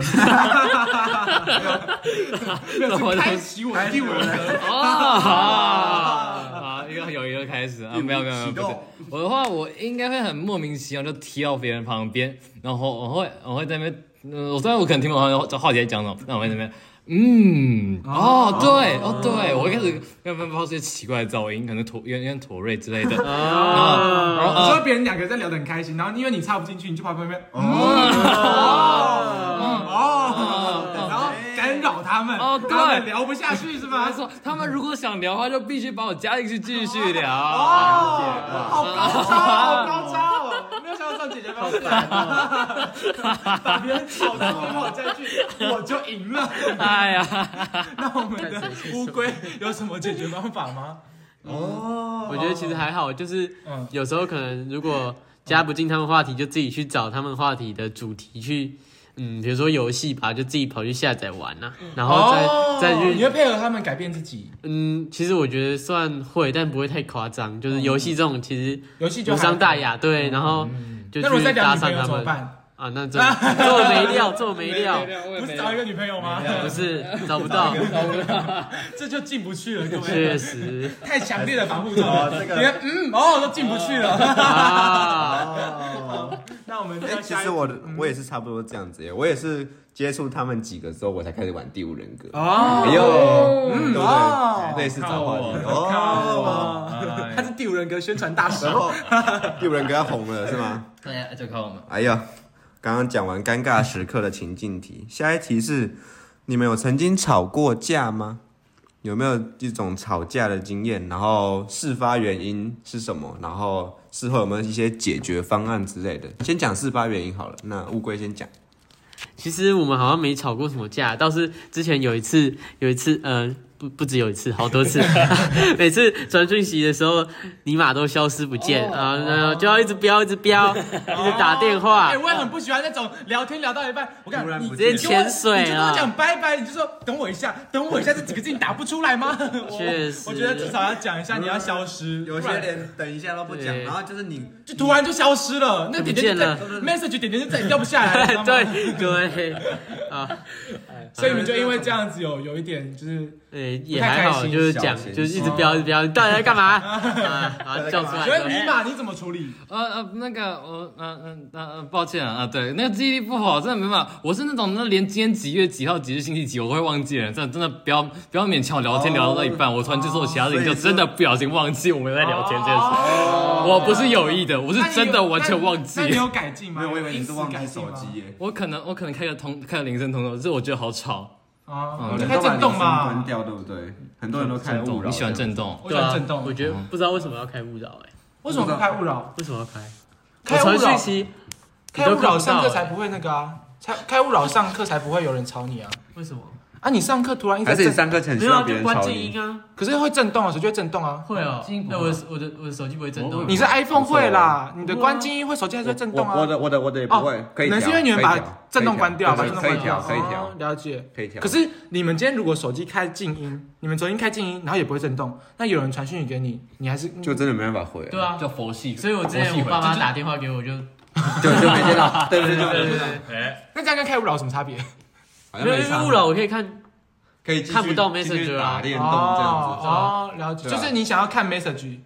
[SPEAKER 5] 没有，是开启我的第五人格。
[SPEAKER 4] 啊，好，一个有一个开始啊，没有没有没有，
[SPEAKER 6] 启
[SPEAKER 4] 不
[SPEAKER 6] 动
[SPEAKER 4] 是我的话，我应该会很莫名其妙就踢到别人旁边，然后我会我会在那边，呃，我虽然我可能听不懂这话题在讲什么，但我会在那边。嗯，哦，对，哦，对，我一开始要不要发出一些奇怪的噪音，可能妥，有点妥瑞之类的，然后然后
[SPEAKER 5] 你
[SPEAKER 4] 呃
[SPEAKER 5] 说别人两个人在聊得很开心，然后因为你插不进去，你就跑旁边。啊哦哦，然后干扰他们，
[SPEAKER 4] 哦对
[SPEAKER 5] 他们聊不下去是吗
[SPEAKER 4] 他？说他们如果想聊的话，就必须把我加进去继续聊。
[SPEAKER 5] 哦，好高超，好高超哦！没有想到这种解决方式啊， 把别人吵到跟我再去，我就赢了。
[SPEAKER 4] 哎呀，
[SPEAKER 5] 那我们的乌龟有什么解决方法吗？
[SPEAKER 3] 我觉得其实还好，就是
[SPEAKER 5] 哦嗯
[SPEAKER 3] 有时候可能如果加不进他们话题，就自己去找他们话题的主题去，嗯，比如说游戏吧，就自己跑去下载玩呐、然后再、再
[SPEAKER 5] 哦你
[SPEAKER 3] 去，
[SPEAKER 5] 会配合他们改变自己，
[SPEAKER 3] 嗯，其实我觉得算会，但不会太夸张，就是游戏这种其实
[SPEAKER 5] 游戏就
[SPEAKER 3] 无
[SPEAKER 5] 还好嗯
[SPEAKER 3] 伤大。雅，对，然后就
[SPEAKER 5] 那如果再
[SPEAKER 3] 去
[SPEAKER 5] 聊
[SPEAKER 3] 搭讪
[SPEAKER 5] 女朋友
[SPEAKER 3] 他
[SPEAKER 5] 怎么
[SPEAKER 3] 们
[SPEAKER 5] 办？
[SPEAKER 3] 啊，那这这么没料，这么没料，
[SPEAKER 5] 不是找一个女朋友吗？
[SPEAKER 3] 不是找不 到，
[SPEAKER 5] 这就进不去了，各位。
[SPEAKER 3] 确 实
[SPEAKER 5] 太强烈的 防护罩了，你看，嗯，哦，都进不去了。
[SPEAKER 3] 啊，
[SPEAKER 5] 那我们
[SPEAKER 2] 哎、
[SPEAKER 5] 再
[SPEAKER 2] 其
[SPEAKER 5] 下一
[SPEAKER 2] 实我的
[SPEAKER 4] 嗯
[SPEAKER 2] 我也是差不多这样子耶，我也是接触他们几个之后，我才开始玩第五人格。
[SPEAKER 5] 哦，
[SPEAKER 2] 哎呦，对不哎
[SPEAKER 5] 哦
[SPEAKER 2] 对？类似找话题哦。
[SPEAKER 5] 哦，他是第五人格宣传大使
[SPEAKER 2] 然。后第五人格要红了是吗？
[SPEAKER 4] 对呀，就靠我们。
[SPEAKER 2] 哎呀，刚刚讲完尴尬时刻的情境题，下一题是：你们有曾经吵过架吗？有没有一种吵架的经验？然后事发原因是什么？然后事后有没有一些解决方案之类的？先讲事发原因好了。那乌龟先讲。
[SPEAKER 3] 其实我们好像没吵过什么架，倒是之前有一次，有一次，呃，不不止有一次，好多次， 每次传讯息的时候，尼玛都消失不见啊，然后就要一直飙，一直飙，一直打电话
[SPEAKER 5] 哎、。我也很不喜欢那种聊天聊到一半，我感
[SPEAKER 6] 突
[SPEAKER 5] 觉
[SPEAKER 6] 然
[SPEAKER 5] 你
[SPEAKER 6] 不
[SPEAKER 5] 直接
[SPEAKER 6] 见
[SPEAKER 5] 你跟我
[SPEAKER 3] 了潜水
[SPEAKER 5] 你就跟我
[SPEAKER 3] 啊
[SPEAKER 5] 讲拜拜，你就说等我一下，等我一下，这几个字你打不出来吗？我
[SPEAKER 3] 确实
[SPEAKER 5] 我觉得至少要讲一下，你要消失，
[SPEAKER 6] 有
[SPEAKER 5] 不
[SPEAKER 6] 些
[SPEAKER 5] 然
[SPEAKER 6] 连等一下都不讲，
[SPEAKER 3] 对
[SPEAKER 6] 然后就是你
[SPEAKER 5] 就突然就消失了，那个点点就在
[SPEAKER 3] 就
[SPEAKER 5] message 点点就再也掉不下来了，对，
[SPEAKER 3] 对对啊，
[SPEAKER 5] 所以你们就因为这样子有有一点就是，
[SPEAKER 3] 对也
[SPEAKER 5] 不太开
[SPEAKER 3] 还好，
[SPEAKER 5] 心
[SPEAKER 3] 就是讲
[SPEAKER 2] 小，心
[SPEAKER 3] 就是一直飙，一直飙，你到底在干嘛？ 啊，然后叫出
[SPEAKER 5] 所
[SPEAKER 3] 来。
[SPEAKER 5] 以尼玛你怎么处理？
[SPEAKER 4] 呃呃，那个我呃呃呃呃，抱歉啊啊，对，那个记忆力不好，真的没办法。我是那种那连今天几月几号几日星期几我会忘记的人，真的真的不要不要勉强我聊天聊到一半，我突然就做其他事情，
[SPEAKER 6] 所
[SPEAKER 4] 就
[SPEAKER 6] 以
[SPEAKER 4] 真的不小心忘记我们在聊天这件事。我不是有意的，我是
[SPEAKER 5] 那你有
[SPEAKER 4] 真的完全忘
[SPEAKER 5] 那那你
[SPEAKER 4] 记。
[SPEAKER 5] 有改进吗？
[SPEAKER 6] 没有，我以为你是忘
[SPEAKER 5] 因
[SPEAKER 6] 记
[SPEAKER 5] 此改
[SPEAKER 6] 手
[SPEAKER 5] 进吗
[SPEAKER 6] 机耶。
[SPEAKER 4] 我可能我可能开个通开个铃声通通，这我觉得好吵，
[SPEAKER 5] 哦，
[SPEAKER 6] 你
[SPEAKER 5] 开
[SPEAKER 6] 嗯都把
[SPEAKER 5] 震
[SPEAKER 6] 铃
[SPEAKER 5] 动
[SPEAKER 6] 声关
[SPEAKER 5] 嘛，
[SPEAKER 6] 掉对不对？很多人都开
[SPEAKER 4] 震
[SPEAKER 6] 了勿
[SPEAKER 4] 动。
[SPEAKER 6] 扰。
[SPEAKER 4] 你喜欢震动？
[SPEAKER 5] 我
[SPEAKER 3] 对
[SPEAKER 5] 喜欢
[SPEAKER 3] 啊
[SPEAKER 5] 震，动
[SPEAKER 3] 我，觉得不知道为什么要开勿扰，哎，
[SPEAKER 5] 为什么不开勿扰？
[SPEAKER 3] 为什么要开？
[SPEAKER 5] 开
[SPEAKER 3] 我传
[SPEAKER 5] 勿扰
[SPEAKER 3] 讯息，
[SPEAKER 5] 开勿扰上课
[SPEAKER 3] 你都看不到
[SPEAKER 5] 才不会那个啊，才开勿扰上课才不会有人吵你啊。
[SPEAKER 3] 为什么？
[SPEAKER 5] 啊，你上课突然一
[SPEAKER 2] 还
[SPEAKER 5] 直
[SPEAKER 2] 是你
[SPEAKER 5] 震，
[SPEAKER 2] 上课很
[SPEAKER 3] 没
[SPEAKER 2] 希
[SPEAKER 3] 有啊，
[SPEAKER 2] 望别
[SPEAKER 3] 就
[SPEAKER 2] 人
[SPEAKER 3] 关
[SPEAKER 2] 吵
[SPEAKER 3] 静
[SPEAKER 2] 你？
[SPEAKER 3] 音啊。
[SPEAKER 5] 可是会震动啊，手机会震动啊。
[SPEAKER 3] 会哦
[SPEAKER 4] 静音，不
[SPEAKER 3] 那
[SPEAKER 4] 会
[SPEAKER 3] 我的我的我的手机不会震动
[SPEAKER 4] 我
[SPEAKER 3] 啊。
[SPEAKER 5] 你是 iPhone 会啦，
[SPEAKER 6] 不
[SPEAKER 5] 你的关静音会，手机还是会震动啊。
[SPEAKER 2] 啊我我的我的我的也不会
[SPEAKER 5] 哦，
[SPEAKER 2] 可以
[SPEAKER 5] 可
[SPEAKER 2] 调。
[SPEAKER 5] 能是因为你们
[SPEAKER 2] 可以
[SPEAKER 5] 把
[SPEAKER 2] 调
[SPEAKER 5] 震动
[SPEAKER 2] 可以
[SPEAKER 5] 关掉，
[SPEAKER 2] 调
[SPEAKER 5] 把震动
[SPEAKER 2] 可以
[SPEAKER 5] 关
[SPEAKER 2] 调，
[SPEAKER 5] 掉，
[SPEAKER 2] 可以调
[SPEAKER 5] 哦，了解。
[SPEAKER 2] 可以调。
[SPEAKER 5] 可是你们今天如果手机开静音，你们昨天开静音，然后也不会震动，那有人传讯息给你，你还是
[SPEAKER 2] 就真的没办法回，
[SPEAKER 3] 对啊，
[SPEAKER 4] 叫佛系。
[SPEAKER 3] 所以我之前
[SPEAKER 4] 佛系
[SPEAKER 3] 我
[SPEAKER 4] 回
[SPEAKER 3] 爸妈打电话给我就，
[SPEAKER 2] 就就没见到，对对对对，
[SPEAKER 3] 对，
[SPEAKER 5] 那这样跟开勿扰有什么差别？
[SPEAKER 2] 好像
[SPEAKER 3] 没有
[SPEAKER 2] 没
[SPEAKER 3] 因
[SPEAKER 2] 差
[SPEAKER 3] 为勿扰我可以看，
[SPEAKER 2] 可以继续
[SPEAKER 3] 看不到
[SPEAKER 2] 继续
[SPEAKER 3] Messenger 啊
[SPEAKER 2] 打电动这样子。
[SPEAKER 5] 哦，哦了解。
[SPEAKER 2] 对
[SPEAKER 5] 就
[SPEAKER 2] 啊
[SPEAKER 5] 是你想要看 message，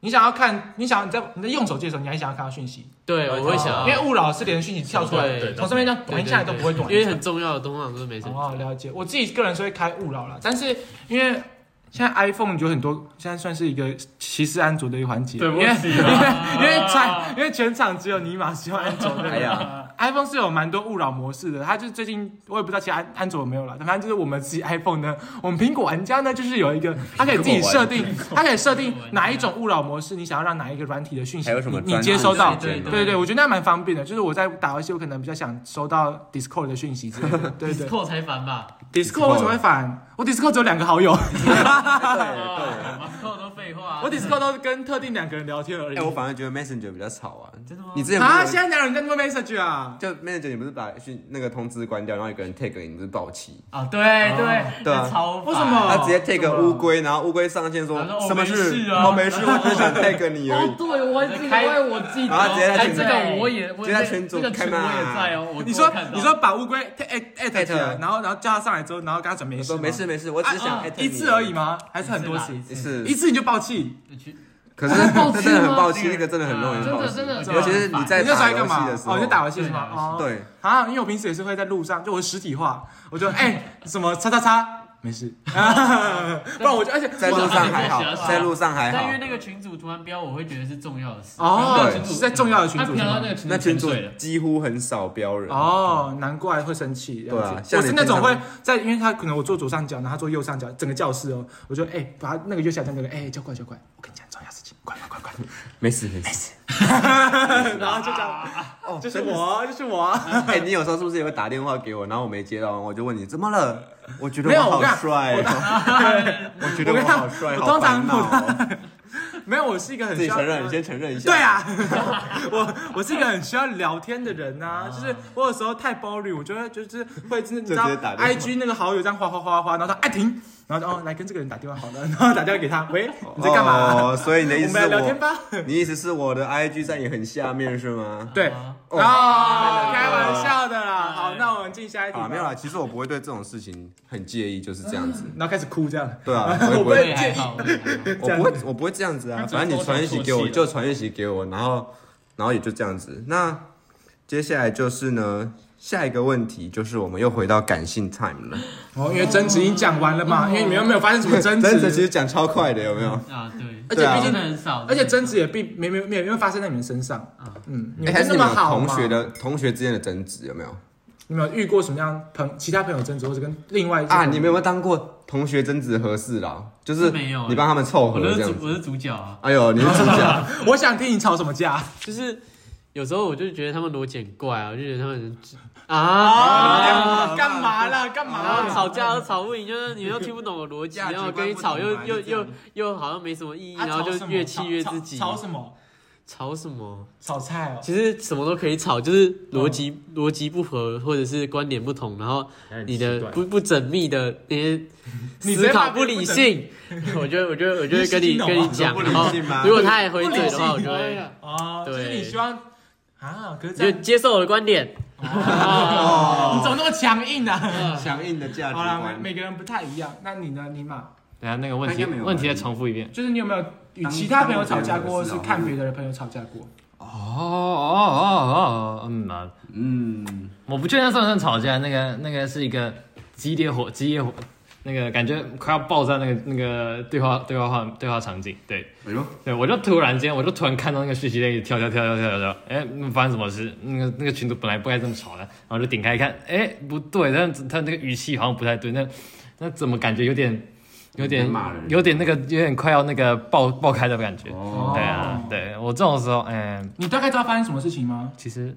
[SPEAKER 5] 你想要看，你想你在你在用手机的时候，你还想要看到讯息，
[SPEAKER 3] 对我会想
[SPEAKER 5] 因
[SPEAKER 3] 要，
[SPEAKER 5] 为勿扰是连讯息跳出来，
[SPEAKER 3] 对
[SPEAKER 5] 从上面这样
[SPEAKER 3] 对
[SPEAKER 5] 短下来都不会短。
[SPEAKER 3] 因为很重要的通常都是没什么。
[SPEAKER 5] 哦，了解。我自己个人是会开勿扰啦，但是因为现在 iPhone 有很多，现在算是一个歧视安卓的一个环节。
[SPEAKER 4] 对不
[SPEAKER 5] 因为
[SPEAKER 4] 起啊
[SPEAKER 5] 因为因为全因为全场只有尼玛喜欢安卓的。
[SPEAKER 2] 哎呀，
[SPEAKER 5] iPhone 是有蛮多勿扰模式的，它就是最近我也不知道其他安安卓有没有了，反正就是我们自己 iPhone 呢，我们苹果玩家呢就是有一个，它可以自己设定，它可以设定哪一种勿扰模式，你想要让哪一个软体的讯息
[SPEAKER 2] 还有什么
[SPEAKER 5] 你
[SPEAKER 2] 专
[SPEAKER 5] 你接
[SPEAKER 2] 注
[SPEAKER 5] 收到
[SPEAKER 2] 时，间呢
[SPEAKER 5] 对对，我觉得那蛮方便的，就是我在打游戏，我可能比较想收到 Discord 的讯息之类的，对对。
[SPEAKER 3] 扣才烦吧，
[SPEAKER 5] Discord 为什么会反？我 Discord 只有两个 好友，
[SPEAKER 3] 扣都废话啊。
[SPEAKER 5] 我 Discord 都跟特定两个人聊天而已
[SPEAKER 2] 哎，。我反而觉得 Messenger 比较吵啊。
[SPEAKER 3] 真的吗
[SPEAKER 2] 你之前不是
[SPEAKER 5] 啊，
[SPEAKER 2] 有
[SPEAKER 5] 现在哪有人在弄 message 啊？
[SPEAKER 2] 就 Messenger 你不是把讯那个通知关掉，然后有个人 tag 你，你不是爆气？
[SPEAKER 3] 啊，对
[SPEAKER 2] 对
[SPEAKER 3] 对
[SPEAKER 2] 啊
[SPEAKER 3] 这超烦
[SPEAKER 5] 为什哦么
[SPEAKER 2] 他直接 tag 乌龟，然后乌龟上线说
[SPEAKER 3] 然后说
[SPEAKER 2] 什么
[SPEAKER 3] 我没
[SPEAKER 2] 事
[SPEAKER 3] 事？啊
[SPEAKER 2] 我没事，我只是 想 tag 你而已。
[SPEAKER 4] 对，我这个
[SPEAKER 3] 开
[SPEAKER 4] 因为我记得
[SPEAKER 2] 然后直接在
[SPEAKER 4] 哦哎
[SPEAKER 2] 群
[SPEAKER 4] 这个我也，我
[SPEAKER 2] 直接
[SPEAKER 4] 也
[SPEAKER 2] 在群组啊
[SPEAKER 4] 这个
[SPEAKER 2] 开
[SPEAKER 4] 群
[SPEAKER 2] 骂
[SPEAKER 4] 我也在哦。我
[SPEAKER 5] 你说
[SPEAKER 4] 我看到
[SPEAKER 5] 你说把乌龟 t 艾特
[SPEAKER 2] at
[SPEAKER 5] 起来，然后然后叫他上来之后，然后跟他讲没
[SPEAKER 2] 我
[SPEAKER 5] 事
[SPEAKER 2] 说
[SPEAKER 5] 吗，
[SPEAKER 2] 没事没事，我只
[SPEAKER 5] 啊，
[SPEAKER 2] 是想 at 你
[SPEAKER 5] 一次而已？吗？还是很多次？
[SPEAKER 2] 一
[SPEAKER 3] 一
[SPEAKER 2] 次
[SPEAKER 5] 一，次你就爆气？
[SPEAKER 2] 可 是
[SPEAKER 4] 爆气
[SPEAKER 2] 真的很
[SPEAKER 4] 吗
[SPEAKER 2] 爆气，那个真的
[SPEAKER 5] 啊
[SPEAKER 2] 很容易
[SPEAKER 4] 真
[SPEAKER 3] 啊
[SPEAKER 2] 爆
[SPEAKER 4] 的
[SPEAKER 2] 气
[SPEAKER 4] 真，的，
[SPEAKER 2] 尤其是你在
[SPEAKER 5] 你那时候
[SPEAKER 2] 打
[SPEAKER 5] 还
[SPEAKER 2] 游
[SPEAKER 5] 干
[SPEAKER 2] 戏
[SPEAKER 5] 嘛
[SPEAKER 2] 的时？
[SPEAKER 5] 哦，
[SPEAKER 2] 候
[SPEAKER 5] 你在，打游戏是吗？
[SPEAKER 3] 对
[SPEAKER 5] 哦，
[SPEAKER 2] 对，
[SPEAKER 5] 啊，因为我平时也是会在路上，就我实体化，我就哎什么叉叉叉。没事，不然我就而且
[SPEAKER 2] 在路上还
[SPEAKER 3] 我我
[SPEAKER 2] 好，在路上还
[SPEAKER 3] 但因
[SPEAKER 2] 好
[SPEAKER 3] 为。那个群主突然标，我会觉得是重要的事。
[SPEAKER 5] 哦，
[SPEAKER 2] 对
[SPEAKER 5] 是在重要的群
[SPEAKER 4] 他
[SPEAKER 5] 组
[SPEAKER 4] 飘
[SPEAKER 5] 是吗
[SPEAKER 4] 到那个群
[SPEAKER 2] 那群主
[SPEAKER 4] 水了。
[SPEAKER 2] 几乎很少标人，
[SPEAKER 5] 哦，难怪会生气。了
[SPEAKER 2] 对啊
[SPEAKER 5] 解
[SPEAKER 2] 像
[SPEAKER 5] 我
[SPEAKER 2] 你
[SPEAKER 5] 是那种
[SPEAKER 2] 平常
[SPEAKER 5] 会在，因为他可能我坐左上角，然后他坐右上角，整个教室哦，我就哎、把他那个右下角那个哎、叫过来叫过来，我跟你讲重要事情，快快快快，
[SPEAKER 2] 没事没 事。
[SPEAKER 5] 然后就这样，
[SPEAKER 2] 哦
[SPEAKER 5] 就是我，就是我。啊
[SPEAKER 2] 哎、你有时候是不是也会打电话给我，然后我没接到，我就问你怎么了？我觉得
[SPEAKER 5] 没有
[SPEAKER 2] 我好
[SPEAKER 5] 我跟你
[SPEAKER 2] 帅、哦，我觉得我
[SPEAKER 5] 我跟你讲
[SPEAKER 2] 好帅，
[SPEAKER 5] 我
[SPEAKER 2] 好
[SPEAKER 5] 通常
[SPEAKER 2] 烦恼、哦。
[SPEAKER 5] 没有，我是一个 很
[SPEAKER 2] 自
[SPEAKER 5] 需
[SPEAKER 2] 己
[SPEAKER 5] 要
[SPEAKER 2] 承认，你先承认一下。
[SPEAKER 5] 对，啊， 我我是一个很需要聊天的人呐、就是我有时候太 boring，我觉得就是会真的你知道
[SPEAKER 2] 啊就直接打电话
[SPEAKER 5] ，IG 那个好友这样哗哗哗哗，然后他哎停，然后就哦来跟这个人打电话好了， 然后打电话给他，喂你在干嘛、
[SPEAKER 2] 哦，所以你的意
[SPEAKER 5] 我
[SPEAKER 2] 思
[SPEAKER 5] 们来
[SPEAKER 2] 是
[SPEAKER 5] 聊天
[SPEAKER 2] 我，
[SPEAKER 5] 吧。
[SPEAKER 2] 你意思是我的 IG 在你很下面是吗？
[SPEAKER 5] 对，
[SPEAKER 2] 哦
[SPEAKER 5] 啊，开玩笑的啦。好，那我们进下一题吧。
[SPEAKER 2] 啊，没有啦，其实我不会对这种事情很介意，就是这样 子。
[SPEAKER 5] 然后开始哭这样。
[SPEAKER 2] 对啊，我也不
[SPEAKER 5] 我
[SPEAKER 3] 我
[SPEAKER 5] 被
[SPEAKER 2] 会，
[SPEAKER 3] 也还好，我也还
[SPEAKER 2] 我
[SPEAKER 3] 好
[SPEAKER 2] 不会，我不会这样子啊。反正你传讯息给我，就传讯息给我，然后，然后也就这样子。那接下来就是呢，下一个问题就是我们又回到感性 time 了。
[SPEAKER 5] 哦，因为争执已经讲完了嘛，因为你们又没有发生什么 争
[SPEAKER 2] 真的其
[SPEAKER 5] 执，
[SPEAKER 2] 实讲超快的，有没有？
[SPEAKER 3] 啊，对，
[SPEAKER 5] 而
[SPEAKER 2] 对啊
[SPEAKER 5] 且毕
[SPEAKER 3] 真
[SPEAKER 5] 竟
[SPEAKER 3] 的，很少，
[SPEAKER 5] 而且争执也并没没没有没有发生在你们身上。嗯，你
[SPEAKER 2] 哎
[SPEAKER 5] 们
[SPEAKER 2] 还是
[SPEAKER 5] 那
[SPEAKER 2] 你们
[SPEAKER 5] 么
[SPEAKER 2] 有
[SPEAKER 5] 好
[SPEAKER 2] 同
[SPEAKER 5] 嘛
[SPEAKER 2] 学的同学之间的争执有没有？
[SPEAKER 5] 你们有遇过什么样朋其他朋友争执，或者跟另外一些
[SPEAKER 2] 啊，
[SPEAKER 5] 朋友
[SPEAKER 2] 你们有没有当过同学争执合适啦？就是
[SPEAKER 3] 没有欸
[SPEAKER 2] 你帮他们凑合
[SPEAKER 3] 我是
[SPEAKER 2] 这样
[SPEAKER 3] 主我
[SPEAKER 2] 子。
[SPEAKER 3] 是主角啊，
[SPEAKER 2] 哎呦，你是主 角，
[SPEAKER 5] 我想听你吵什么架？
[SPEAKER 3] 就是有时候我就觉得他们逻辑很怪啊，我就觉得他们啊
[SPEAKER 5] 啊！
[SPEAKER 3] 啊
[SPEAKER 5] 干嘛啦？干嘛
[SPEAKER 3] 然后
[SPEAKER 5] 啦？
[SPEAKER 3] 吵架又吵不赢，就是你们又听不懂我逻辑，
[SPEAKER 6] 价值
[SPEAKER 3] 然后
[SPEAKER 6] 观
[SPEAKER 3] 跟你
[SPEAKER 6] 不
[SPEAKER 3] 吵
[SPEAKER 6] 同
[SPEAKER 3] 又
[SPEAKER 6] 嘛
[SPEAKER 3] 又
[SPEAKER 6] 就这样
[SPEAKER 3] 又又好像没什么意义，
[SPEAKER 5] 啊
[SPEAKER 3] 然后
[SPEAKER 5] 吵
[SPEAKER 3] 就
[SPEAKER 5] 什么
[SPEAKER 3] 越气越自己。
[SPEAKER 5] 吵吵什么？
[SPEAKER 3] 吵什么？
[SPEAKER 5] 炒菜哦。
[SPEAKER 3] 其实什么都可以吵，就是逻辑逻辑不合，或者是观点不同，然后你的不不缜密的那些
[SPEAKER 5] 你
[SPEAKER 3] 思
[SPEAKER 5] 直接骂
[SPEAKER 3] 考
[SPEAKER 5] 别人
[SPEAKER 3] 不理性，我就我就我就
[SPEAKER 5] 你
[SPEAKER 3] 会
[SPEAKER 5] 是
[SPEAKER 3] 跟你
[SPEAKER 5] 听懂
[SPEAKER 3] 跟你
[SPEAKER 5] 吗
[SPEAKER 3] 讲，
[SPEAKER 6] 不理
[SPEAKER 3] 然后
[SPEAKER 6] 性吗
[SPEAKER 3] 如果他还回
[SPEAKER 5] 不理
[SPEAKER 3] 嘴的话，
[SPEAKER 5] 性
[SPEAKER 3] 我就会
[SPEAKER 5] 哦，就是
[SPEAKER 3] 对
[SPEAKER 5] 你希望啊，可是
[SPEAKER 3] 你
[SPEAKER 5] 这
[SPEAKER 3] 就
[SPEAKER 5] 样
[SPEAKER 3] 接受我的观点。
[SPEAKER 5] 你怎么那么强硬啊？
[SPEAKER 2] 强硬的价值
[SPEAKER 5] 好啦，每
[SPEAKER 2] 观。
[SPEAKER 5] 每个人不太一样。那你呢，尼玛？
[SPEAKER 4] 等啊下那个问
[SPEAKER 6] 那应
[SPEAKER 4] 题
[SPEAKER 6] 该没有吧
[SPEAKER 4] 问题再重复一遍。
[SPEAKER 5] 就是你有没有与
[SPEAKER 6] 当
[SPEAKER 5] 其他朋友吵架
[SPEAKER 6] 当
[SPEAKER 5] 过，
[SPEAKER 6] 我
[SPEAKER 5] 或
[SPEAKER 6] 的
[SPEAKER 5] 是
[SPEAKER 6] 时候
[SPEAKER 5] 看别的朋友吵架过？
[SPEAKER 4] 哦哦哦哦，嗯啊，
[SPEAKER 6] 嗯，
[SPEAKER 4] 我不确定算不算吵架，那个那个是一个激烈火激烈火，那个感觉快要爆炸那个那个对话对话话对话场景，对
[SPEAKER 6] 哎呦，
[SPEAKER 4] 对，我就突然间我就突然看到那个讯息类跳跳跳跳跳跳跳，哎，嗯发生什么事？那个那个群主本来不该这么吵的，然后就点开一看，哎，不对，但他那个语气好像不太对，那那怎么感觉有点有点
[SPEAKER 6] 在骂人
[SPEAKER 4] 有点那个有点快要那个爆爆开的感觉，
[SPEAKER 6] 哦
[SPEAKER 4] 对啊，对我这种时候，哎。
[SPEAKER 5] 你大概知道发生什么事情吗？
[SPEAKER 4] 其实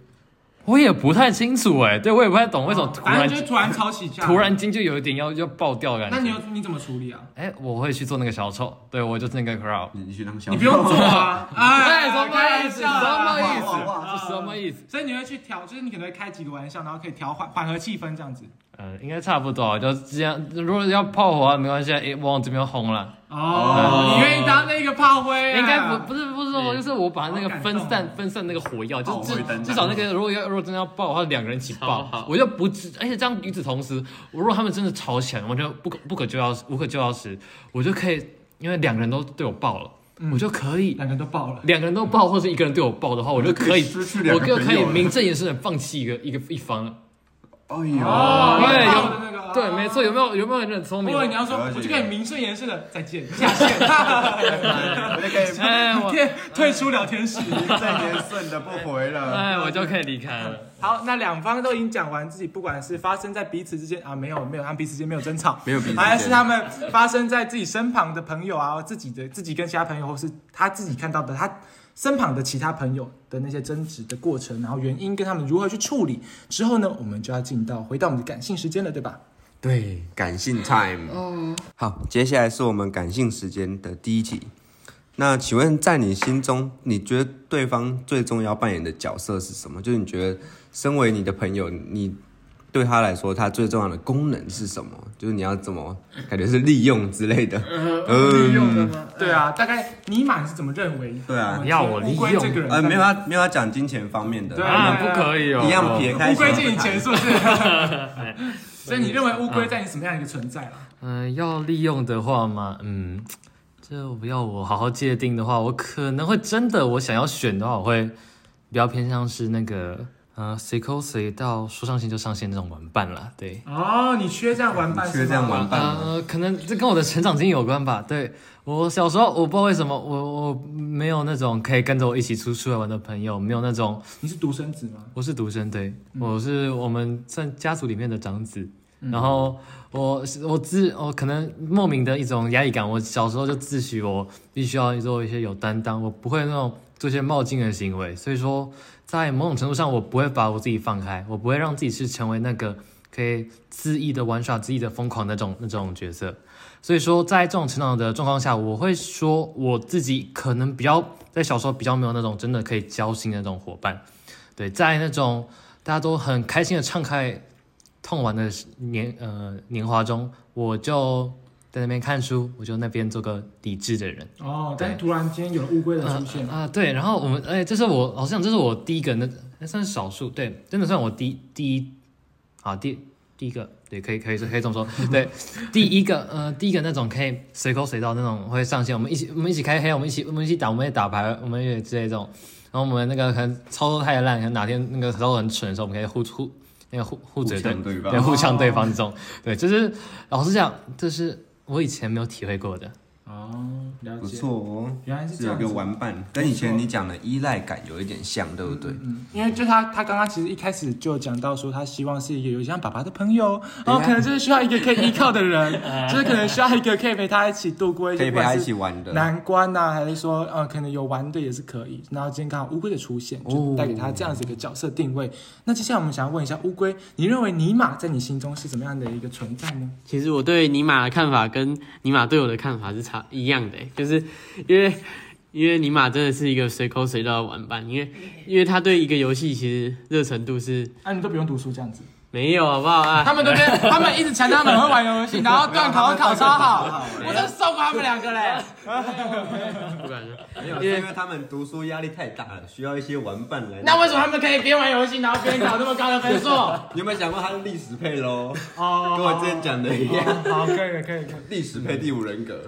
[SPEAKER 4] 我也不太清楚哎、对我也不太懂为什么突
[SPEAKER 5] 哦反
[SPEAKER 4] 然
[SPEAKER 5] 正就突然吵起架。
[SPEAKER 4] 突然，间就有一点要要爆掉的
[SPEAKER 5] 那
[SPEAKER 4] 感
[SPEAKER 5] 你有
[SPEAKER 4] 觉。
[SPEAKER 5] 你怎么处理啊？
[SPEAKER 4] 哎、我会去做那个小丑，对我就是那个 crowd。
[SPEAKER 6] 你你去当小，
[SPEAKER 5] 你不用做啊！
[SPEAKER 4] 哎，
[SPEAKER 5] 哎，
[SPEAKER 4] 什么意思？
[SPEAKER 5] 开玩笑啊
[SPEAKER 4] 什
[SPEAKER 6] 哇哇
[SPEAKER 4] 么意思？是什么意思？
[SPEAKER 5] 所以你会去调，就是你可能会开几个玩笑，然后可以调缓缓和气氛这样子。
[SPEAKER 4] 嗯，应该差不多，就这样。如果要炮火啊，没关系，哎、我往这边轰了。
[SPEAKER 5] 哦，你愿意当那个炮灰啊？
[SPEAKER 4] 应该不不是不是说，
[SPEAKER 3] 嗯
[SPEAKER 4] 就是我把那个
[SPEAKER 5] 好感动
[SPEAKER 4] 分
[SPEAKER 5] 哦
[SPEAKER 4] 散分散那个火药，就
[SPEAKER 6] 炮
[SPEAKER 4] 至
[SPEAKER 6] 灰灯
[SPEAKER 4] 至少那个如果要如果真的要爆的话，两个人一起
[SPEAKER 3] 好
[SPEAKER 4] 爆
[SPEAKER 3] 好，
[SPEAKER 4] 我就不至，而且这样与此同时，我如果他们真的吵起来，完全不可不可救药无可救药时，我就可以，因为两个人都对我爆了，
[SPEAKER 5] 嗯
[SPEAKER 4] 我就可以
[SPEAKER 5] 两个人都爆了。
[SPEAKER 4] 两个人都爆，或者一个人对我爆的话，我就可以，
[SPEAKER 6] 失去两
[SPEAKER 4] 我
[SPEAKER 6] 个
[SPEAKER 4] 就可
[SPEAKER 6] 朋
[SPEAKER 4] 以
[SPEAKER 6] 友了
[SPEAKER 4] 名正言顺的放弃一个一个一方了。
[SPEAKER 6] 哎
[SPEAKER 4] 对哦
[SPEAKER 5] 哦
[SPEAKER 4] 有
[SPEAKER 5] 爆的那个
[SPEAKER 4] 对，没错，有没有有没有人很聪
[SPEAKER 5] 不
[SPEAKER 4] 明？
[SPEAKER 5] 过你要说，
[SPEAKER 6] 了解
[SPEAKER 5] 我就可以名正言顺的再见下线，哈
[SPEAKER 6] 呦，那个
[SPEAKER 4] 哎我
[SPEAKER 5] 退退出聊天室。
[SPEAKER 6] 再年顺的不回了，
[SPEAKER 4] 哎我就可以离开了。
[SPEAKER 5] 好，那两方都已经讲完自己，不管是发生在彼此之间啊，没有没有，他们彼此之间没有争吵，
[SPEAKER 2] 没有彼此之间
[SPEAKER 5] 还哎是他们发生在自己身旁的朋友啊，自己的自己跟其他朋友，或是他自己看到的他身旁的其他朋友啊的那些争执的过程，然后原因跟他们如何去处理。之后呢，我们就要进到回到我们的感性时间了，对吧？
[SPEAKER 2] 对，感性 time。好，接下来是我们感性时间的第一题。那请问，在你心中，你觉得对方最重要扮演的角色是什么？就是你觉得，身为你的朋友，你对他来说，他最重要的功能是什么？就是你要怎么，感觉是利用之类的。嗯，
[SPEAKER 5] 对啊，大概尼玛你是怎么认为？呃
[SPEAKER 6] 对啊
[SPEAKER 4] 要我利
[SPEAKER 5] 乌
[SPEAKER 4] 用
[SPEAKER 5] 龟这个人，
[SPEAKER 2] 呃，没有要没有要讲金钱方面的，
[SPEAKER 5] 对
[SPEAKER 4] 啊，
[SPEAKER 5] 对
[SPEAKER 4] 不可以哦，
[SPEAKER 2] 一样撇开
[SPEAKER 5] 乌龟
[SPEAKER 2] 钱
[SPEAKER 5] 进
[SPEAKER 2] 不
[SPEAKER 5] 你
[SPEAKER 2] 谈
[SPEAKER 5] 钱是不 是？所以你认为乌龟在你什么样的一个存在啊啦？
[SPEAKER 4] 嗯、要利用的话嘛，嗯，这我要我好好界定的话，我可能会真的，我想要选的话，我会比较偏向是那个，呃，随口随到，说上线就上线那种玩伴啦，对。
[SPEAKER 5] 哦，你缺这样玩伴，
[SPEAKER 6] 嗯
[SPEAKER 2] 你缺这样玩伴吗
[SPEAKER 4] 呃，可能这跟我的成长经历有关吧。对我小时候，我不知道为什么，我我没有那种可以跟着我一起出出来玩的朋友，没有那种
[SPEAKER 5] 你是独生子吗？
[SPEAKER 4] 我是独生，对，我是我们算家族里面的长子。然后我我自我可能莫名的一种压抑感，我小时候就自诩我必须要做一些有担当，我不会那种做一些冒进的行为，所以说在某种程度上，我不会把我自己放开，我不会让自己是成为那个可以恣意的玩耍、恣意的疯狂的那种那种角色。所以说，在这种成长的状况下，我会说我自己可能比较在小时候比较没有那种真的可以交心的那种伙伴。对，在那种大家都很开心的畅快痛玩的年呃年华中，我就在那边看书，我就那边做个理智的人。
[SPEAKER 5] 哦，但是
[SPEAKER 4] 对
[SPEAKER 5] 突然间有了乌龟的出现，
[SPEAKER 4] 啊、对，然后我们，哎、这是我，好像这是我第一个，那那算是少数，对，真的算我第第一，啊，第第一个，对，可以可以可以这么说， 对，第一个，呃，第一个那种可以随口随到那种会上线，我们一起我们一起开黑，我们一起我们一起打，我们也打牌，我们也之类这种，然后我们那个可能操作太烂，可能哪天那个操作很蠢的时候，我们可以互互那个互互嘴对
[SPEAKER 6] 互呛对方
[SPEAKER 4] 对，互呛对方这种，对，就是老实讲，这是我以前没有体会过的。
[SPEAKER 5] 哦，了
[SPEAKER 6] 不
[SPEAKER 5] 解，
[SPEAKER 6] 错哦，
[SPEAKER 5] 原来是
[SPEAKER 6] 是
[SPEAKER 5] 这
[SPEAKER 6] 有
[SPEAKER 5] 样子
[SPEAKER 6] 个玩伴，跟以前你讲的依赖感有一点像，对不对？
[SPEAKER 5] 因为就他，他刚刚其实一开始就讲到说，他希望是一个有像爸爸的朋友，然后可能就是需要一个可以依靠的人， 就是可能需要一个可以陪他一起度过
[SPEAKER 6] 哎
[SPEAKER 5] 一
[SPEAKER 6] 可
[SPEAKER 5] 些
[SPEAKER 6] 以陪他一起玩的
[SPEAKER 5] 不管是难关呐、还是说呃可能有玩的也是可以。然后今天刚好乌龟的出现，
[SPEAKER 6] 哦
[SPEAKER 5] 就带给他这样子一个角色定位。那接下来我们想要问一下乌龟，你认为尼玛在你心中是怎么样的一个存在呢？
[SPEAKER 3] 其实我对尼玛的看法跟尼玛对我的看法是差一样的欸，就是因为因为尼玛真的是一个随口随到的玩伴，因为因为他对一个游戏其实热程度是
[SPEAKER 5] 啊，你都不用读书这样子，
[SPEAKER 3] 没有好不好啊？
[SPEAKER 5] 他们都跟他们一直强调他们会玩游 戏，然后段考考超好，我真受不了他们两个嘞。
[SPEAKER 3] 不管了，
[SPEAKER 6] 没有，是因为他们读书压力太大了，需要一些玩伴来。
[SPEAKER 5] 那为什么他们可以边玩游戏然后边考那么高的分数？
[SPEAKER 6] 你有没有想过他是历史配喽？
[SPEAKER 5] 哦
[SPEAKER 6] 跟我之前讲的一样，
[SPEAKER 5] 好，可以可以可以，
[SPEAKER 6] 历史配第五人格。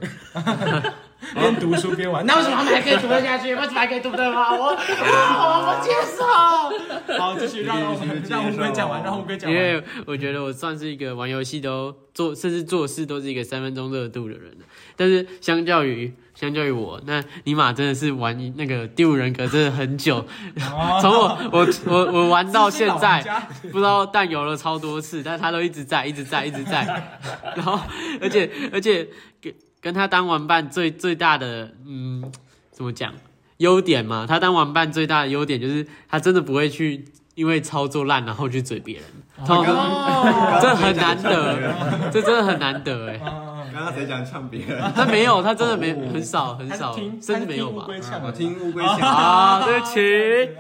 [SPEAKER 5] 边读书边玩。那为什么他们还可以读得下去？为什么还可以读得好？我我不接啊受。好，继续让我们让乌龟讲完，让乌龟讲
[SPEAKER 3] 因
[SPEAKER 5] 完。
[SPEAKER 3] 为我觉得我算是一个玩游戏都做，甚至做事都是一个三分钟热度的人了。但是相较于相较于我，那尼玛真的是玩一那个第五人格真的很久， 从我我我我玩到现在， 不知道蛋游了超多次，但他都一直在，一直在，一直在。 然后，而且而且跟跟他当玩伴最最大的嗯，怎么讲？优点嘛，他当玩伴最大的优点就是他真的不会去因为操作烂然后去嘴别人，
[SPEAKER 2] 哦
[SPEAKER 3] 通
[SPEAKER 2] 啊
[SPEAKER 3] 常
[SPEAKER 5] 哦，
[SPEAKER 3] 这很难得，这真的很难得哎。
[SPEAKER 6] 刚刚谁讲呛别
[SPEAKER 5] 哦
[SPEAKER 6] 人？
[SPEAKER 3] 他没有，他真的没很少很少，
[SPEAKER 5] 听，
[SPEAKER 3] 甚至没有吧？
[SPEAKER 6] 我听乌龟讲，
[SPEAKER 3] 啊，对不起。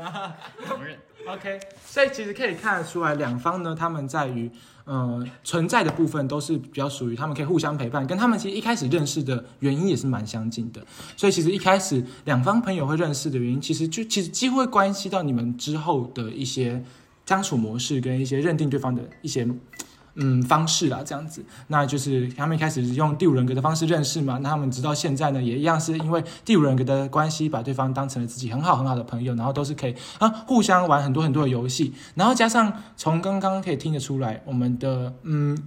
[SPEAKER 5] OK，所以其实可以看得出来，两方呢，他们在于呃存在的部分都是比较属于他们可以互相陪伴，跟他们其实一开始认识的原因也是蛮相近的。所以其实一开始两方朋友会认识的原因，其实就其实几乎会关系到你们之后的一些相处模式跟一些认定对方的一些。嗯，方式啦，这样子，那就是他们一开始是用第五人格的方式认识嘛，那他们直到现在呢，也一样是因为第五人格的关系，把对方当成了自己很好很好的朋友，然后都是可以啊互相玩很多很多的游戏，然后加上从刚刚可以听得出来，我们的嗯。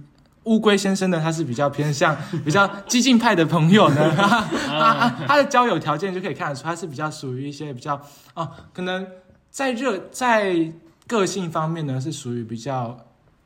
[SPEAKER 5] 乌龟先生呢，他是比较偏向比较激进派的朋友呢，他他他啊的交友条件就可以看得出，他是比较属于一些比较哦，可能在热在个性方面呢，是属于比较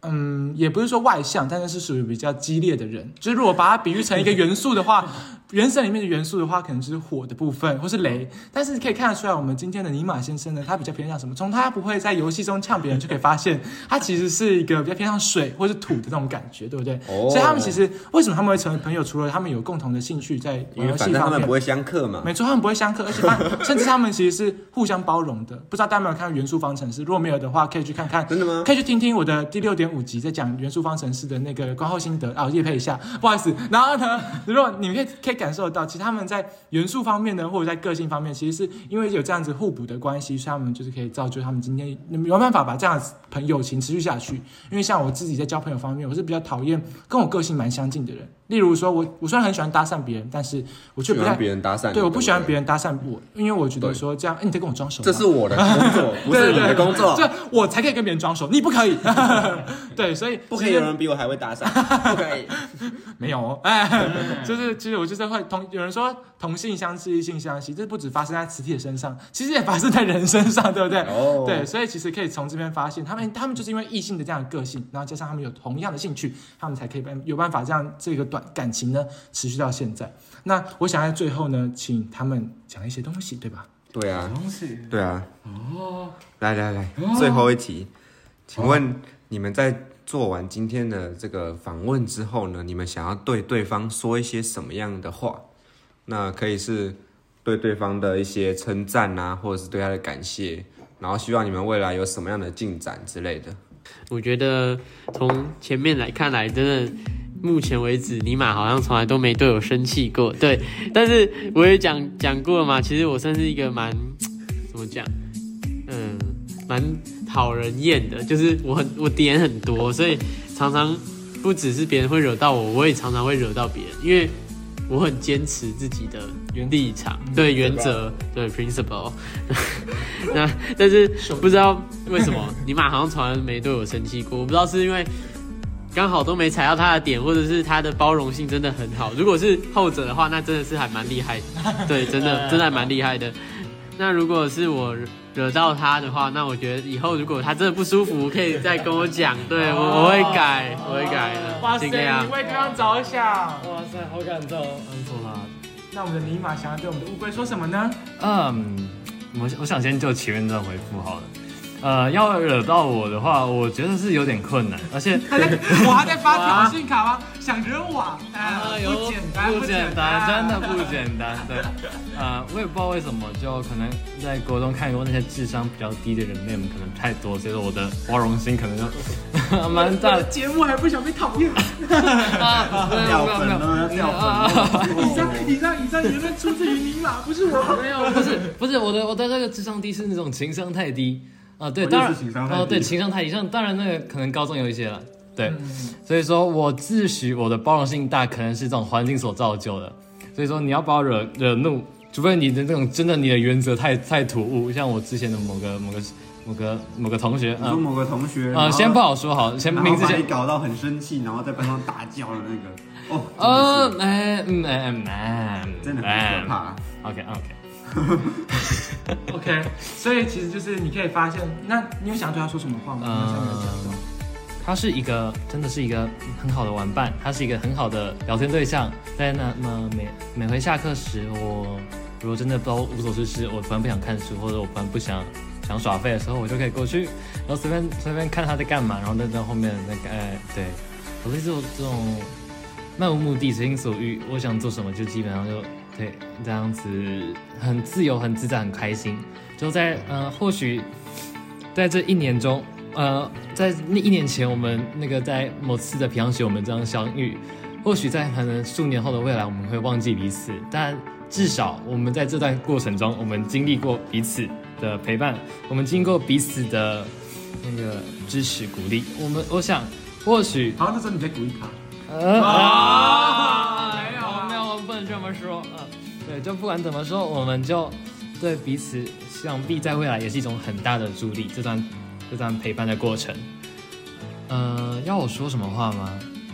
[SPEAKER 5] 嗯，也不是说外向，但是是属于比较激烈的人。就是如果把它比喻成一个元素的话，原神里面的元素的话，可能就是火的部分，或是雷。但是可以看得出来，我们今天的尼玛先生呢，他比较偏向什么？从他不会在游戏中呛别人，就可以发现他其实是一个比较偏向水或是土的那种感觉，对不对？
[SPEAKER 6] 哦
[SPEAKER 5] 所以他们其实为什么他们会成为朋友？除了他们有共同的兴趣在
[SPEAKER 6] 因
[SPEAKER 5] 玩
[SPEAKER 6] 为
[SPEAKER 5] 游
[SPEAKER 6] 反
[SPEAKER 5] 呃戏
[SPEAKER 6] 正他
[SPEAKER 5] 方
[SPEAKER 6] 们
[SPEAKER 5] 面
[SPEAKER 6] 不。会相克嘛。
[SPEAKER 5] 没错，他们不会相克，而且 他们甚至他们其实是互相包容的。不知道大家有没有看过《元素方程式》？如果没有的话，可以去看看。
[SPEAKER 6] 真的吗？
[SPEAKER 5] 可以去听听我的第六点五集，在讲元素方程式的那个观后心得啊，我夜配一下，不好意思。然后呢，如果你们可以可以感受得到，其实他们在元素方面呢，或者在个性方面，其实是因为有这样子互补的关系，所以他们就是可以造就他们今天你们有办法把这样子朋友情持续下去。因为像我自己在交朋友方面，我是比较讨厌跟我个性蛮相近的人。例如说我，我虽然很喜欢搭讪别人，但是我却
[SPEAKER 6] 喜
[SPEAKER 5] 不
[SPEAKER 6] 欢
[SPEAKER 5] 太
[SPEAKER 6] 别人搭讪，
[SPEAKER 5] 对，我不喜欢别
[SPEAKER 6] 人。
[SPEAKER 5] 人搭讪我，因为我觉得
[SPEAKER 6] 对
[SPEAKER 5] 说这样，哎你在跟我装熟吗，
[SPEAKER 6] 这是我的工 作，不是你的工作。
[SPEAKER 5] 这我才可以跟别人装熟，你不 可以。对，所以
[SPEAKER 6] 不可以
[SPEAKER 5] 其实
[SPEAKER 6] 有人比我还会搭 讪，不可以。
[SPEAKER 5] 没有哦，
[SPEAKER 6] 嗯
[SPEAKER 5] 哎，就是其实我就是会同有人说同性相斥，异性相吸，这不只发生在磁铁身上，其实也发生在人身上，对不对？
[SPEAKER 6] 哦
[SPEAKER 5] 对，所以其实可以从这边发现，他们他们就是因为异性的这样的个性，然后加上他们有同样的兴趣，他们才可以办有办法这样这个短感情呢持续到现在。那我想在最后呢，请他们讲一些东西，对吧？
[SPEAKER 6] 对啊，
[SPEAKER 5] 东西
[SPEAKER 2] 对啊，
[SPEAKER 5] 哦，
[SPEAKER 2] 来来来，最
[SPEAKER 6] 哦
[SPEAKER 2] 后一题，请问你们在做完今天的这个访问之后呢，你们想要对对方说一些什么样的话？那可以是对对方的一些称赞啊，或者是对他的感谢，然后希望你们未来有什么样的进展之类的。
[SPEAKER 3] 我觉得从前面来看来，真的目前为止，尼玛好像从来都没对我生气过。对，但是我也讲讲过了嘛，其实我算是一个蛮怎么讲，嗯，蛮讨人厌的，就是我很我点很多，所以常常不只是别人会惹到我，我也常常会惹到别人，因为。我很坚持自己的立场，
[SPEAKER 1] 嗯
[SPEAKER 3] 对原则，对 principle。那 但是不知道为什么，尼玛好像从来没对我生气过。我不知道是因为刚好都没踩到他的点，或者是他的包容性真的很好。如果是后者的话，那真的是还蛮厉害的， 对，
[SPEAKER 1] 嗯
[SPEAKER 3] 真的真的还蛮厉害的。那如果是我惹到他的话，那我觉得以后如果他真的不舒服，可以再跟我讲，对我我会改，我会改
[SPEAKER 1] 哇
[SPEAKER 3] 的，
[SPEAKER 1] 塞，
[SPEAKER 3] 尽
[SPEAKER 1] 你
[SPEAKER 6] 啊
[SPEAKER 3] 量。
[SPEAKER 1] 为对方着想。
[SPEAKER 4] 哇塞，好感动，安索拉。
[SPEAKER 1] 那我们的尼玛想要对我们的乌龟说什么呢？
[SPEAKER 4] 嗯，我我想先就前面这样回复好了。呃，要惹到我的话，我觉得是有点困难，而且
[SPEAKER 1] 他在， 我还在发挑衅卡吗？想惹我啊？
[SPEAKER 4] 哎
[SPEAKER 1] 哎
[SPEAKER 4] 呦
[SPEAKER 1] 不简单，
[SPEAKER 4] 不简单，真的不
[SPEAKER 1] 单。
[SPEAKER 4] 简单。对，呃，我也不知道为什么，就可能在国中看过那些智商比较低的人妹们可能太多，所以说我的包容心可能就 蛮大
[SPEAKER 1] 这个节目还不想被讨厌？
[SPEAKER 4] 啊，没有
[SPEAKER 6] 掉
[SPEAKER 4] 没有
[SPEAKER 6] 粉
[SPEAKER 4] 没有
[SPEAKER 6] 了，掉粉了。
[SPEAKER 1] 以上以上以上言论出自于尼玛，不是我。
[SPEAKER 4] 没有，不是不是，我的我的那个智商低是那种情商太低啊，对，
[SPEAKER 6] 我就是
[SPEAKER 4] 当然
[SPEAKER 6] 情商太低
[SPEAKER 4] 哦，对，情商太低，像当然那个可能高中有一些了，对，所以说我自诩我的包容性大，可能是这种环境所造就的，所以说你要把我惹惹怒，除非你的那种真的你的原则太太突兀，像我之前的某个某个某个某个同学
[SPEAKER 6] 你
[SPEAKER 4] 啊
[SPEAKER 6] 说某个同学，
[SPEAKER 4] 啊，
[SPEAKER 6] 然后
[SPEAKER 4] 先不好说好，先
[SPEAKER 6] 然后
[SPEAKER 4] 名字
[SPEAKER 6] 把
[SPEAKER 4] 先
[SPEAKER 6] 你搞到很生气，然后在班上大叫的那个，哦，
[SPEAKER 4] 呃，哎嗯哎嗯哎嗯，
[SPEAKER 6] 真的很可怕。
[SPEAKER 4] ，OK OK。
[SPEAKER 1] OK，所以其实就是你可以发现，那你有想对他说什么话吗？
[SPEAKER 4] 嗯
[SPEAKER 1] 你有想对他讲什么
[SPEAKER 4] 他是一个真的是一个很好的玩伴，他是一个很好的聊天对象。在那么每每回下课时，我如果真的不知道无所事事，我突然不想看书，或者我突然不想想耍废的时候，我就可以过去，然后随便随便看他在干嘛，然后在在后面那个哎对，我是这种这种漫无目的、随心所欲，我想做什么就基本上就对这样子，很自由、很自在、很开心。就在呃，或许在这一年中，呃，在那一年前，我们那个在某次的平阳学，我们这样相遇。或许在可能数年后的未来，我们会忘记彼此，但至少我们在这段过程中，我们经历过彼此的陪伴，我们经过彼此的那个支持鼓励。我们，我想，或许
[SPEAKER 1] 好，那时候你在鼓励他。
[SPEAKER 4] 呃
[SPEAKER 1] 啊
[SPEAKER 4] 啊，
[SPEAKER 1] 没
[SPEAKER 4] 没
[SPEAKER 1] 有啊
[SPEAKER 4] 有没有，我不能这么说。嗯、对，就不管怎么说，我们就对彼此，想必在未来也是一种很大的助力。这段这段陪伴的过程，呃，要我说什么话吗？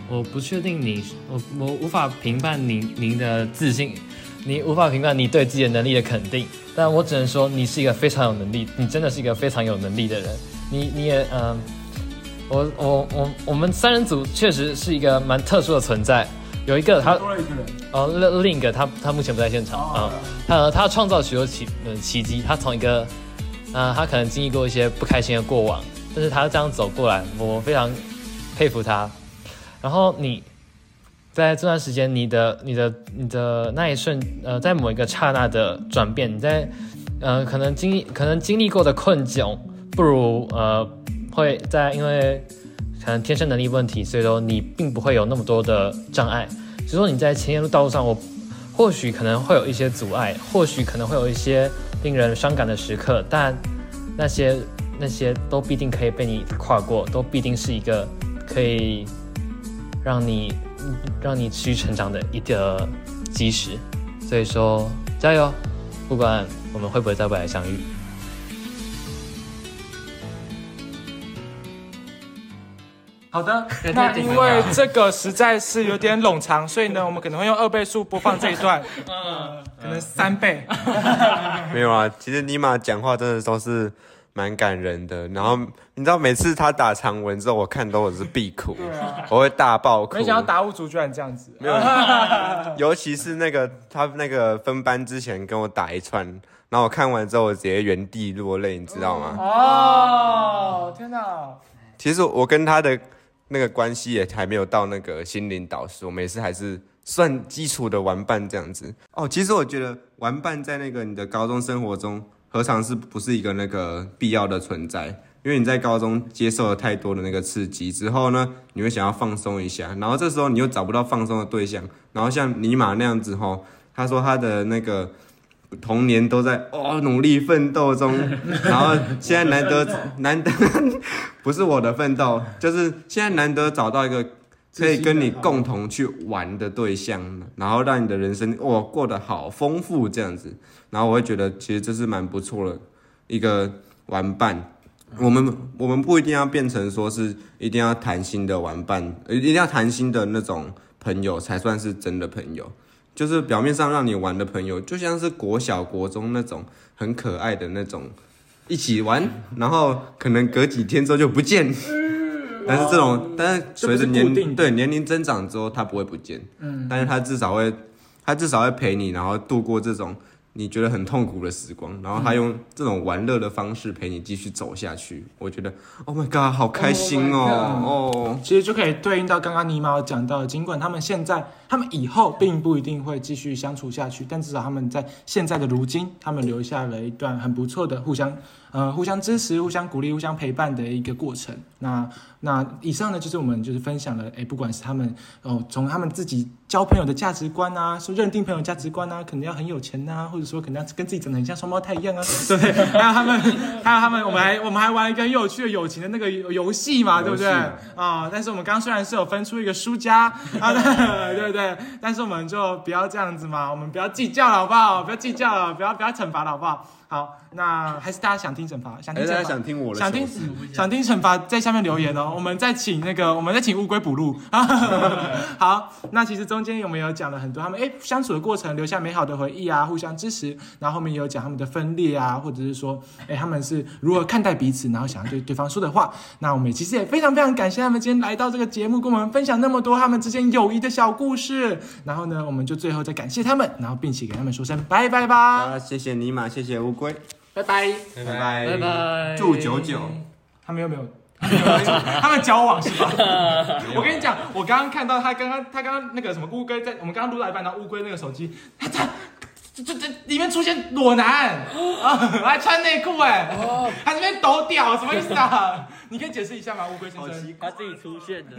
[SPEAKER 4] 我不确定你，我我无法评判您您的自信，你无法评判你对自己的能力的肯定，但我只能说你是一个非常有能力，你真的是一个非常有能力的人。你你也嗯。我我我我们三人组确实是一个蛮特殊的存在，有一个他
[SPEAKER 1] 多了一个人，
[SPEAKER 4] 哦，另另一个他他目前不在现场啊、他他创造许多奇呃奇迹，他从一个啊、他可能经历过一些不开心的过往，但是他这样走过来，我非常佩服他。然后你在这段时间，你的你的你的那一瞬呃，在某一个刹那的转变，你在呃可能经历可能经历过的困窘，不如呃会在因为可能天生能力问题，所以说你并不会有那么多的障碍。所以说你在前沿路道路上，我或许可能会有一些阻碍，或许可能会有一些令人伤感的时刻，但那些那些都必定可以被你跨过，都必定是一个可以让你让你持续成长的一个基石。所以说，加油！不管我们会不会在未来相遇。
[SPEAKER 1] 好的，
[SPEAKER 3] 太
[SPEAKER 1] 那
[SPEAKER 3] 紧
[SPEAKER 1] 因
[SPEAKER 3] 张
[SPEAKER 1] 为
[SPEAKER 3] 了
[SPEAKER 1] 这个实在是有点冗长，所以呢，我们可能会用二倍速播放这一 段，可能三 倍。
[SPEAKER 2] 没有啊，其实尼玛讲话真的都是蛮感人的。然后你知道，每次他打长文之后，我看都我是必哭，我会大爆哭。
[SPEAKER 1] 啊没想到达悟族居然这样子，
[SPEAKER 2] 没有，尤其是那个他那个分班之前跟我打一串，然后我看完之后，我直接原地落泪，你知道吗？
[SPEAKER 1] 哦，天哪！
[SPEAKER 2] 其实我跟他的那个关系也还没有到那个心灵导师，我们也是还是算基础的玩伴这样子。哦，其实我觉得玩伴在那个你的高中生活中，何尝是不是一个那个必要的存在？因为你在高中接受了太多的那个刺激之后呢，你会想要放松一下，然后这时候你又找不到放松的对象，然后像尼玛那样子吼，他说他的那个童年都在哦努力奋斗中，然后现在难得难得不是我的奋斗，就是现在难得找到一个可以跟你共同去玩的对象，然后让你的人生哇过得好丰富这样子，然后我会觉得其实这是蛮不错的一个玩伴。我们我们不一定要变成说是一定要谈心的玩伴，呃一定要谈心的那种朋友才算是真的朋友。就是表面上让你玩的朋友，就像是国小、国中那种很可爱的那种，一起玩，然后可能隔几天之后就不见。 但是这种，但是随着
[SPEAKER 5] 嗯哦这不是固
[SPEAKER 2] 年
[SPEAKER 5] 定的
[SPEAKER 2] 对年龄增长之后，它不会不见，嗯，但是它至少会，它至少会陪你，然后度过这种你觉得很痛苦的时光，然后
[SPEAKER 5] 嗯
[SPEAKER 2] 他用这种玩乐的方式陪你继续走下去。我觉得，Oh my god，好开心哦
[SPEAKER 5] Oh
[SPEAKER 2] 哦，
[SPEAKER 5] 其实就可以对应到刚刚尼玛有讲到的，尽管他们现在、他们以后并不一定会继续相处下去，但至少他们在现在的如今，他们留下了一段很不错的互相、呃互相支持、互相鼓励、互相陪伴的一个过程。那那以上呢，就是我们就是分享了，哎，不管是他们哦，从他们自己交朋友的价值观啊，是认定朋友价值观啊，可能要很有钱呐、或者说可能要跟自己长得很像双胞胎一样啊， 对不对？还有他们，还有他们，我们还我们还玩一个很有趣的友情的那个游游戏嘛，对不对？
[SPEAKER 2] 游戏
[SPEAKER 5] 啊、但是我们刚刚虽然是有分出一个输 家啊，对对不对？但是我们就不要这样子嘛，我们不要计较了，好不好？不要计较了，不要不要惩罚了，好不好？好，那还是大家想听惩罚，想
[SPEAKER 2] 哎、
[SPEAKER 5] 听
[SPEAKER 2] 大
[SPEAKER 5] 惩
[SPEAKER 2] 家
[SPEAKER 5] 罚
[SPEAKER 2] 想。听我的嗯
[SPEAKER 5] 想听
[SPEAKER 2] 糗事
[SPEAKER 5] 想听惩罚，在下面留言哦。我们再请那个，我们再请乌龟补录。 好，那其实中间我们有讲了很多他们哎相处的过程，留下美好的回忆啊，互相支持。然后后面也有讲他们的分裂啊，或者是说哎他们是如何看待彼此，然后想要对对方说的话。那我们其实也非常非常感谢他们今天来到这个节目，跟我们分享那么多他们之间友谊的小故事。然后呢，我们就最后再感谢他们，然后并且给他们说声拜拜吧，
[SPEAKER 2] 啊！谢谢尼玛，谢谢乌龟，
[SPEAKER 5] 拜拜。
[SPEAKER 2] 拜拜
[SPEAKER 3] 拜拜，
[SPEAKER 2] 哎祝九九。
[SPEAKER 5] 他们有没有？他们交往是吧？我跟你讲，我刚刚看到他刚刚他刚刚那个什么乌龟在我们刚刚录到一半，然后乌龟那个手机，他他这这这里面出现裸男啊，还穿内裤哎，他这 边抖屌什么意思啊？你可以解释一下吗？乌龟先生。
[SPEAKER 3] 他自己出现的。